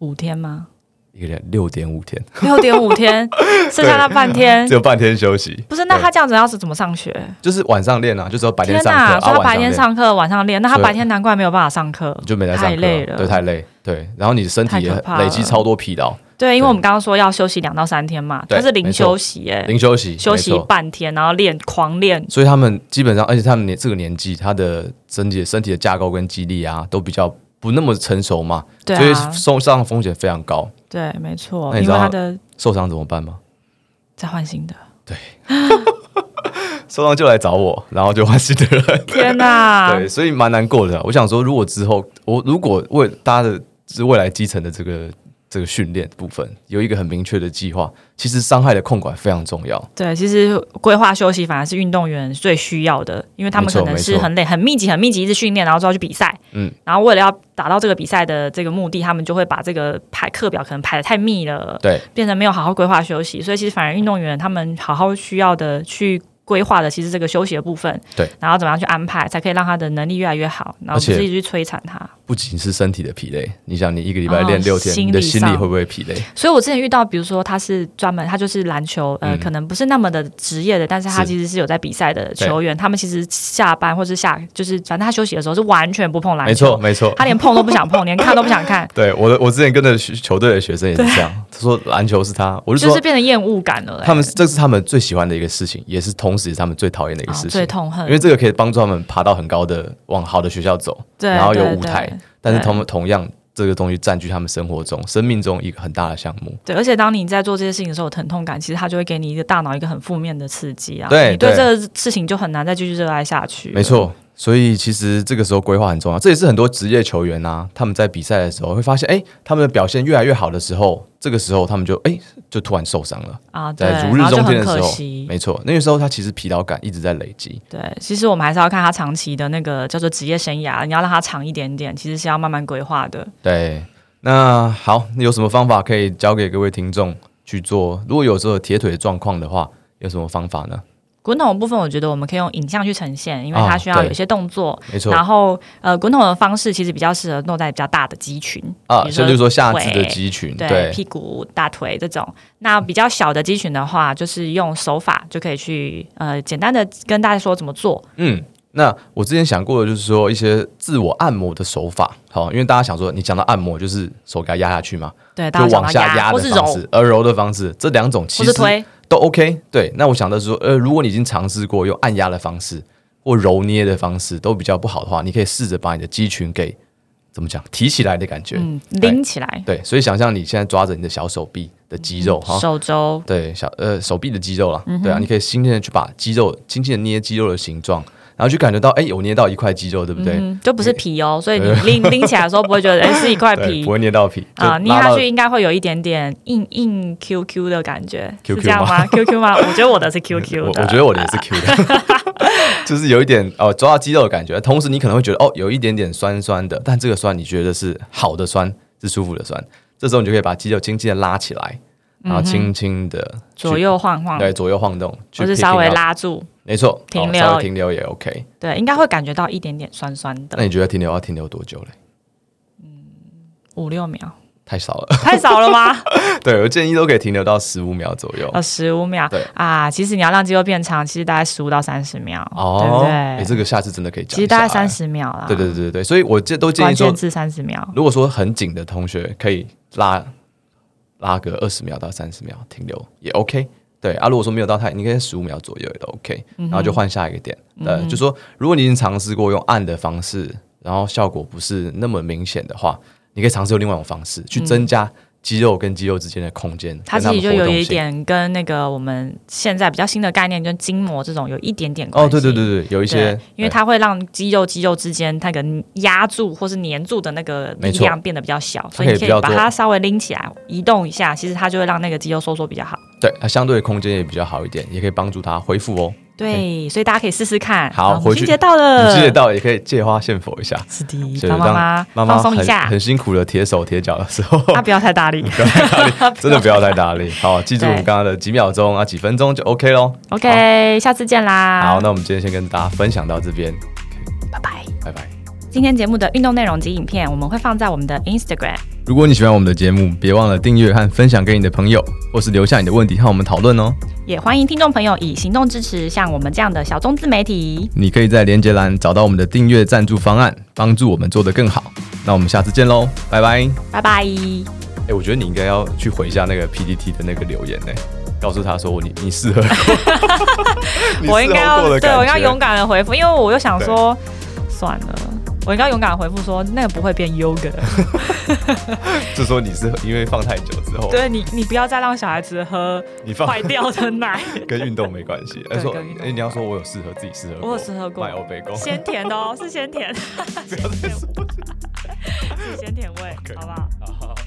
Speaker 2: 五天吗？
Speaker 1: 一个礼拜六点五天，
Speaker 2: 六点
Speaker 1: [laughs]
Speaker 2: 五天，剩下那半天
Speaker 1: 只。有半天休息，
Speaker 2: 不是，那
Speaker 1: 对
Speaker 2: 他这样子要是怎么上学？
Speaker 1: 就是晚上练啊，就只有白天
Speaker 2: 天
Speaker 1: 上课，啊
Speaker 2: 所以
Speaker 1: 晚
Speaker 2: 他白
Speaker 1: 上
Speaker 2: 天
Speaker 1: 练
Speaker 2: 上课，晚上练，那他
Speaker 1: 所以
Speaker 2: 白天难怪没有办法上课
Speaker 1: 你，就没在上课
Speaker 2: 太
Speaker 1: 啊，
Speaker 2: 累了
Speaker 1: 对，太累，对，然后你身体
Speaker 2: 太
Speaker 1: 也
Speaker 2: 可怕
Speaker 1: 累积
Speaker 2: 了
Speaker 1: 超多疲劳。
Speaker 2: 对，因
Speaker 1: 对
Speaker 2: 为我们刚刚说要休息两到三天嘛，
Speaker 1: 对
Speaker 2: 他是零
Speaker 1: 没错
Speaker 2: 休息哎、
Speaker 1: 零休息，
Speaker 2: 休
Speaker 1: 没
Speaker 2: 息
Speaker 1: 错
Speaker 2: 半天，然后练狂练，
Speaker 1: 所以他们基本上，而且他们年这个年纪，他的身体身体的架构跟肌力啊，都比较不那么成熟嘛，
Speaker 2: 对
Speaker 1: 所以
Speaker 2: 啊，
Speaker 1: 受伤风险非常高。
Speaker 2: 对，没错，
Speaker 1: 那你
Speaker 2: 因
Speaker 1: 知
Speaker 2: 为
Speaker 1: 道
Speaker 2: 他的
Speaker 1: 受伤怎么办吗？
Speaker 2: 在换新的，
Speaker 1: 受伤就来找我，然后就换新的人。
Speaker 2: 天
Speaker 1: [laughs]
Speaker 2: 哪、
Speaker 1: 对，所以蛮难过的啊。我想说，如果之后我如果为大家的就是未来基层的这个这个训练部分有一个很明确的计划，其实伤害的控管非常重要。
Speaker 2: 对，其实规划休息反而是运动员最需要的，因为他们
Speaker 1: 没错
Speaker 2: 可能
Speaker 1: 没
Speaker 2: 是
Speaker 1: 错
Speaker 2: 很累、很密集、很密集一直训练，然后就要去比赛。
Speaker 1: 嗯
Speaker 2: 嗯，然后为了要达到这个比赛的这个目的，他们就会把这个排课表可能排的太密了，
Speaker 1: 对，
Speaker 2: 变成没有好好规划休息。所以其实反而运动员他们好好需要的去规划的其实这个休息的部分，
Speaker 1: 对，
Speaker 2: 然后怎么样去安排，才可以让他的能力越来越好，
Speaker 1: 而
Speaker 2: 然后不
Speaker 1: 且
Speaker 2: 是一直去摧残他。
Speaker 1: 不仅是身体的疲累，你想你一个礼拜练
Speaker 2: 哦
Speaker 1: 六天，
Speaker 2: 心
Speaker 1: 你的
Speaker 2: 理
Speaker 1: 心
Speaker 2: 上
Speaker 1: 理会不会疲累？
Speaker 2: 所以我之前遇到，比如说他是专门，他就是篮球，呃，可能不是那么的职业的，但是
Speaker 1: 嗯
Speaker 2: 他
Speaker 1: 是
Speaker 2: 其实是有在比赛的球员，他们其实下班或是下，就是反正他休息的时候是完全啊不碰篮
Speaker 1: 没错，
Speaker 2: 球，
Speaker 1: 没错。
Speaker 2: 他连碰都不想碰，连看都不想
Speaker 1: [laughs]
Speaker 2: 看，
Speaker 1: 对，我的我之前跟着学球队的学生也是这样，他说篮球是他，我就
Speaker 2: 就
Speaker 1: 说
Speaker 2: 是变成厌恶感了、欸。
Speaker 1: 他们这是他们最喜欢的一个事情，也是同时也是他们最讨厌的一个
Speaker 2: 啊
Speaker 1: 事情，
Speaker 2: 最痛恨，
Speaker 1: 因为这个可以帮助他们爬到很高的，往好的学校走，
Speaker 2: 对
Speaker 1: 然后有
Speaker 2: 对
Speaker 1: 舞台
Speaker 2: 对，
Speaker 1: 但是
Speaker 2: 对
Speaker 1: 他们同样这个东西占据他们生活中、生命中一个很大的项目。
Speaker 2: 对，而且当你在做这些事情的时候，有疼痛感其实它就会给你一个大脑一个很负面的刺激啊。
Speaker 1: 对
Speaker 2: 你对
Speaker 1: 对
Speaker 2: 这个事情就很难再继续热爱下去。
Speaker 1: 没，错，所以其实这个时候规划很重要。这也是很多职业球员啊，他们在比赛的时候会发现，哎，他们的表现越来越好的时候，这个时候他们就哎就突然受伤了，
Speaker 2: 啊，对，
Speaker 1: 在如日
Speaker 2: 然后就
Speaker 1: 中天的
Speaker 2: 很可
Speaker 1: 时候
Speaker 2: 惜，。
Speaker 1: 没错，那个时候他其实疲劳感一直在累积。
Speaker 2: 对，其实我们还是要看他长期的那个叫做职业生涯，你要让他长一点点，其实是要慢慢规划的。
Speaker 1: 对，那好，有什么方法可以教给各位听众去做？如果有时候有铁腿的状况的话，有什么方法呢？
Speaker 2: 滚筒的部分，我觉得我们可以用影像去呈现，因为
Speaker 1: 啊
Speaker 2: 它需要
Speaker 1: 对
Speaker 2: 有一些动作。
Speaker 1: 没错
Speaker 2: 然后呃，滚筒的方式其实比较适合弄在比较大的肌群
Speaker 1: 啊，
Speaker 2: 比如
Speaker 1: 像就是说下肢的
Speaker 2: 腿
Speaker 1: 肌群，
Speaker 2: 对
Speaker 1: 对
Speaker 2: 屁股、大腿这种。那比较小的肌群的话，就是用手法就可以去呃简单的跟大家说怎么做。
Speaker 1: 嗯，那我之前想过的就是说一些自我按摩的手法，好，因为大家想说你讲到按摩就是手给它压下去嘛，
Speaker 2: 对，大
Speaker 1: 就
Speaker 2: 家想
Speaker 1: 往
Speaker 2: 要
Speaker 1: 下压
Speaker 2: 或
Speaker 1: 的
Speaker 2: 是
Speaker 1: 方
Speaker 2: 揉，
Speaker 1: 式，而揉的方式，这两种其
Speaker 2: 或是
Speaker 1: 实
Speaker 2: 推。
Speaker 1: 都 OK。对，那我想的是说，呃，如果你已经尝试过用按压的方式或揉捏的方式都比较不好的话，你可以试着把你的肌群给怎么讲提起来的感觉，
Speaker 2: 嗯，拎起来，
Speaker 1: 对，所以想象你现在抓着你的小手臂的肌肉哈。
Speaker 2: 手肘，
Speaker 1: 对小呃手臂的肌肉啦，
Speaker 2: 嗯
Speaker 1: 对啊，你可以轻轻的去把肌肉轻轻的捏肌肉的形状，然后去感觉到，哎，有捏到一块肌肉，对不对？
Speaker 2: 嗯，就不是皮哦，所以你
Speaker 1: [laughs]
Speaker 2: 拎拎起来的时候不会觉得哎是一块
Speaker 1: 对，
Speaker 2: 皮
Speaker 1: 不。会捏到皮
Speaker 2: 啊，
Speaker 1: 就
Speaker 2: 捏
Speaker 1: 拉
Speaker 2: 下
Speaker 1: 到
Speaker 2: 去应该会有一点点硬硬 QQ 的感觉，是
Speaker 1: QQ
Speaker 2: 这样吗？QQ
Speaker 1: [laughs]
Speaker 2: 吗？我觉得我的是 QQ
Speaker 1: 我
Speaker 2: 的，
Speaker 1: 我觉得我的也是 Q 的，
Speaker 2: [laughs]
Speaker 1: 就是有一点哦抓到肌肉的感觉，同时你可能会觉得哦有一点点酸酸的，但这个酸你觉得是好的酸，是舒服的酸，这时候你就可以把肌肉轻轻的拉起来，然后轻轻的
Speaker 2: 嗯左右晃晃，
Speaker 1: 对左右晃动，去
Speaker 2: 或是
Speaker 1: picking
Speaker 2: 稍微
Speaker 1: up，
Speaker 2: 拉住，
Speaker 1: 没错，
Speaker 2: 停
Speaker 1: 哦
Speaker 2: 留
Speaker 1: 稍微停留也 OK。
Speaker 2: 对，应该会感觉到一点点酸酸
Speaker 1: 那
Speaker 2: 的，
Speaker 1: 你觉得停留要停留多久嘞？
Speaker 2: 五六秒，
Speaker 1: 太少了，
Speaker 2: 太少了吗？
Speaker 1: [laughs] 对我建议都可以停留到十五秒左右。
Speaker 2: 呃，十五秒
Speaker 1: 哦对
Speaker 2: 啊，其实你要让肌肉变长，其实大概十五到三十秒，对不
Speaker 1: 哦，哎，
Speaker 2: 对？
Speaker 1: 这个下次真的可以讲一下。
Speaker 2: 其实大概三
Speaker 1: 哎，
Speaker 2: 十秒啦，
Speaker 1: 对对对对对，所以我这都建
Speaker 2: 关
Speaker 1: 议说
Speaker 2: 键，字三十秒。
Speaker 1: 如果说很紧的同学，可以拉拉个二十秒到三十秒停留也 OK。对啊，如果说没有到太，你可以十五秒左右也都 OK，、然
Speaker 2: 嗯
Speaker 1: 后就换下一个点。呃、就说如果你已经尝试过用按的方式，然后效果不是那么明显的话，你可以尝试用另外一种方式去增加肌肉跟肌肉之间的空间，
Speaker 2: 嗯它
Speaker 1: 跟们
Speaker 2: 其实就
Speaker 1: 活
Speaker 2: 有
Speaker 1: 动
Speaker 2: 一
Speaker 1: 性
Speaker 2: 点跟那个我们现在比较新的概念，跟筋膜这种有一点点关
Speaker 1: 哦，
Speaker 2: 系。
Speaker 1: 对对对对，有一
Speaker 2: 对，
Speaker 1: 些，
Speaker 2: 因为
Speaker 1: 对
Speaker 2: 它会让肌肉肌肉之间那个压住或是粘住的那个力
Speaker 1: 没错
Speaker 2: 量变得比较小，所以
Speaker 1: 可以
Speaker 2: 你可
Speaker 1: 比较
Speaker 2: 以把
Speaker 1: 多
Speaker 2: 它稍微拎起来移动一下，其实它就会让那个肌肉收缩比较好。
Speaker 1: 对它相对的空间也比较好一点，也可以帮助它恢复哦。
Speaker 2: 对，所以大家可以试试看。
Speaker 1: 好
Speaker 2: 我们
Speaker 1: 回去
Speaker 2: 春节到
Speaker 1: 你
Speaker 2: 了，
Speaker 1: 记得到也可以借花献佛一下，
Speaker 2: 是的，
Speaker 1: 就
Speaker 2: 呃帮
Speaker 1: 让
Speaker 2: 妈
Speaker 1: 妈
Speaker 2: 放
Speaker 1: 妈
Speaker 2: 松一
Speaker 1: 很
Speaker 2: 下，
Speaker 1: 很辛苦的铁手铁脚的时候，
Speaker 2: 啊，不要太大
Speaker 1: 嗯
Speaker 2: 力。
Speaker 1: [laughs] 真的不要太大
Speaker 2: [laughs]
Speaker 1: 力。好，记住我们
Speaker 2: 对
Speaker 1: 刚刚的几秒钟啊，几分钟就 OK 咯。
Speaker 2: OK，下次见啦。
Speaker 1: 好，那我们今天先跟大家分享到这边，
Speaker 2: 拜拜。
Speaker 1: 拜拜。
Speaker 2: 今天节目的运动内容及影片，我们会放在我们的 Instagram。
Speaker 1: 如果你喜欢我们的节目，别忘了订阅和分享给你的朋友，或是留下你的问题和我们讨论哦。
Speaker 2: 也欢迎听众朋友以行动支持像我们这样的小众自媒体。
Speaker 1: 你可以在连接栏找到我们的订阅赞助方案，帮助我们做得更好。那我们下次见喽，拜拜。
Speaker 2: 拜拜。
Speaker 1: 哎、我觉得你应该要去回一下那个 PDT 的那个留言呢、告诉他说我你你适合过，你
Speaker 2: [laughs] 我应该
Speaker 1: 适合
Speaker 2: 要
Speaker 1: 过的
Speaker 2: 对我应
Speaker 1: 感
Speaker 2: 该
Speaker 1: 觉
Speaker 2: 勇敢的回复，因为我又想说，算了，我应该勇敢的回复说那个不会变 yoga。
Speaker 1: 就说你是因为放太久之后，
Speaker 2: 对你，你不要再让小孩子喝
Speaker 1: 你放
Speaker 2: 坏掉的奶，
Speaker 1: [laughs] 跟运动没关系。哎
Speaker 2: 对
Speaker 1: 说
Speaker 2: 跟运动
Speaker 1: 哎、你要说我有适合自己适合过，
Speaker 2: 我有适合过
Speaker 1: 卖欧北宫，
Speaker 2: 鲜甜的哦哦，是鲜甜，
Speaker 1: 不要再说。 [laughs]
Speaker 2: 是鲜甜味，好不好？
Speaker 1: 好好好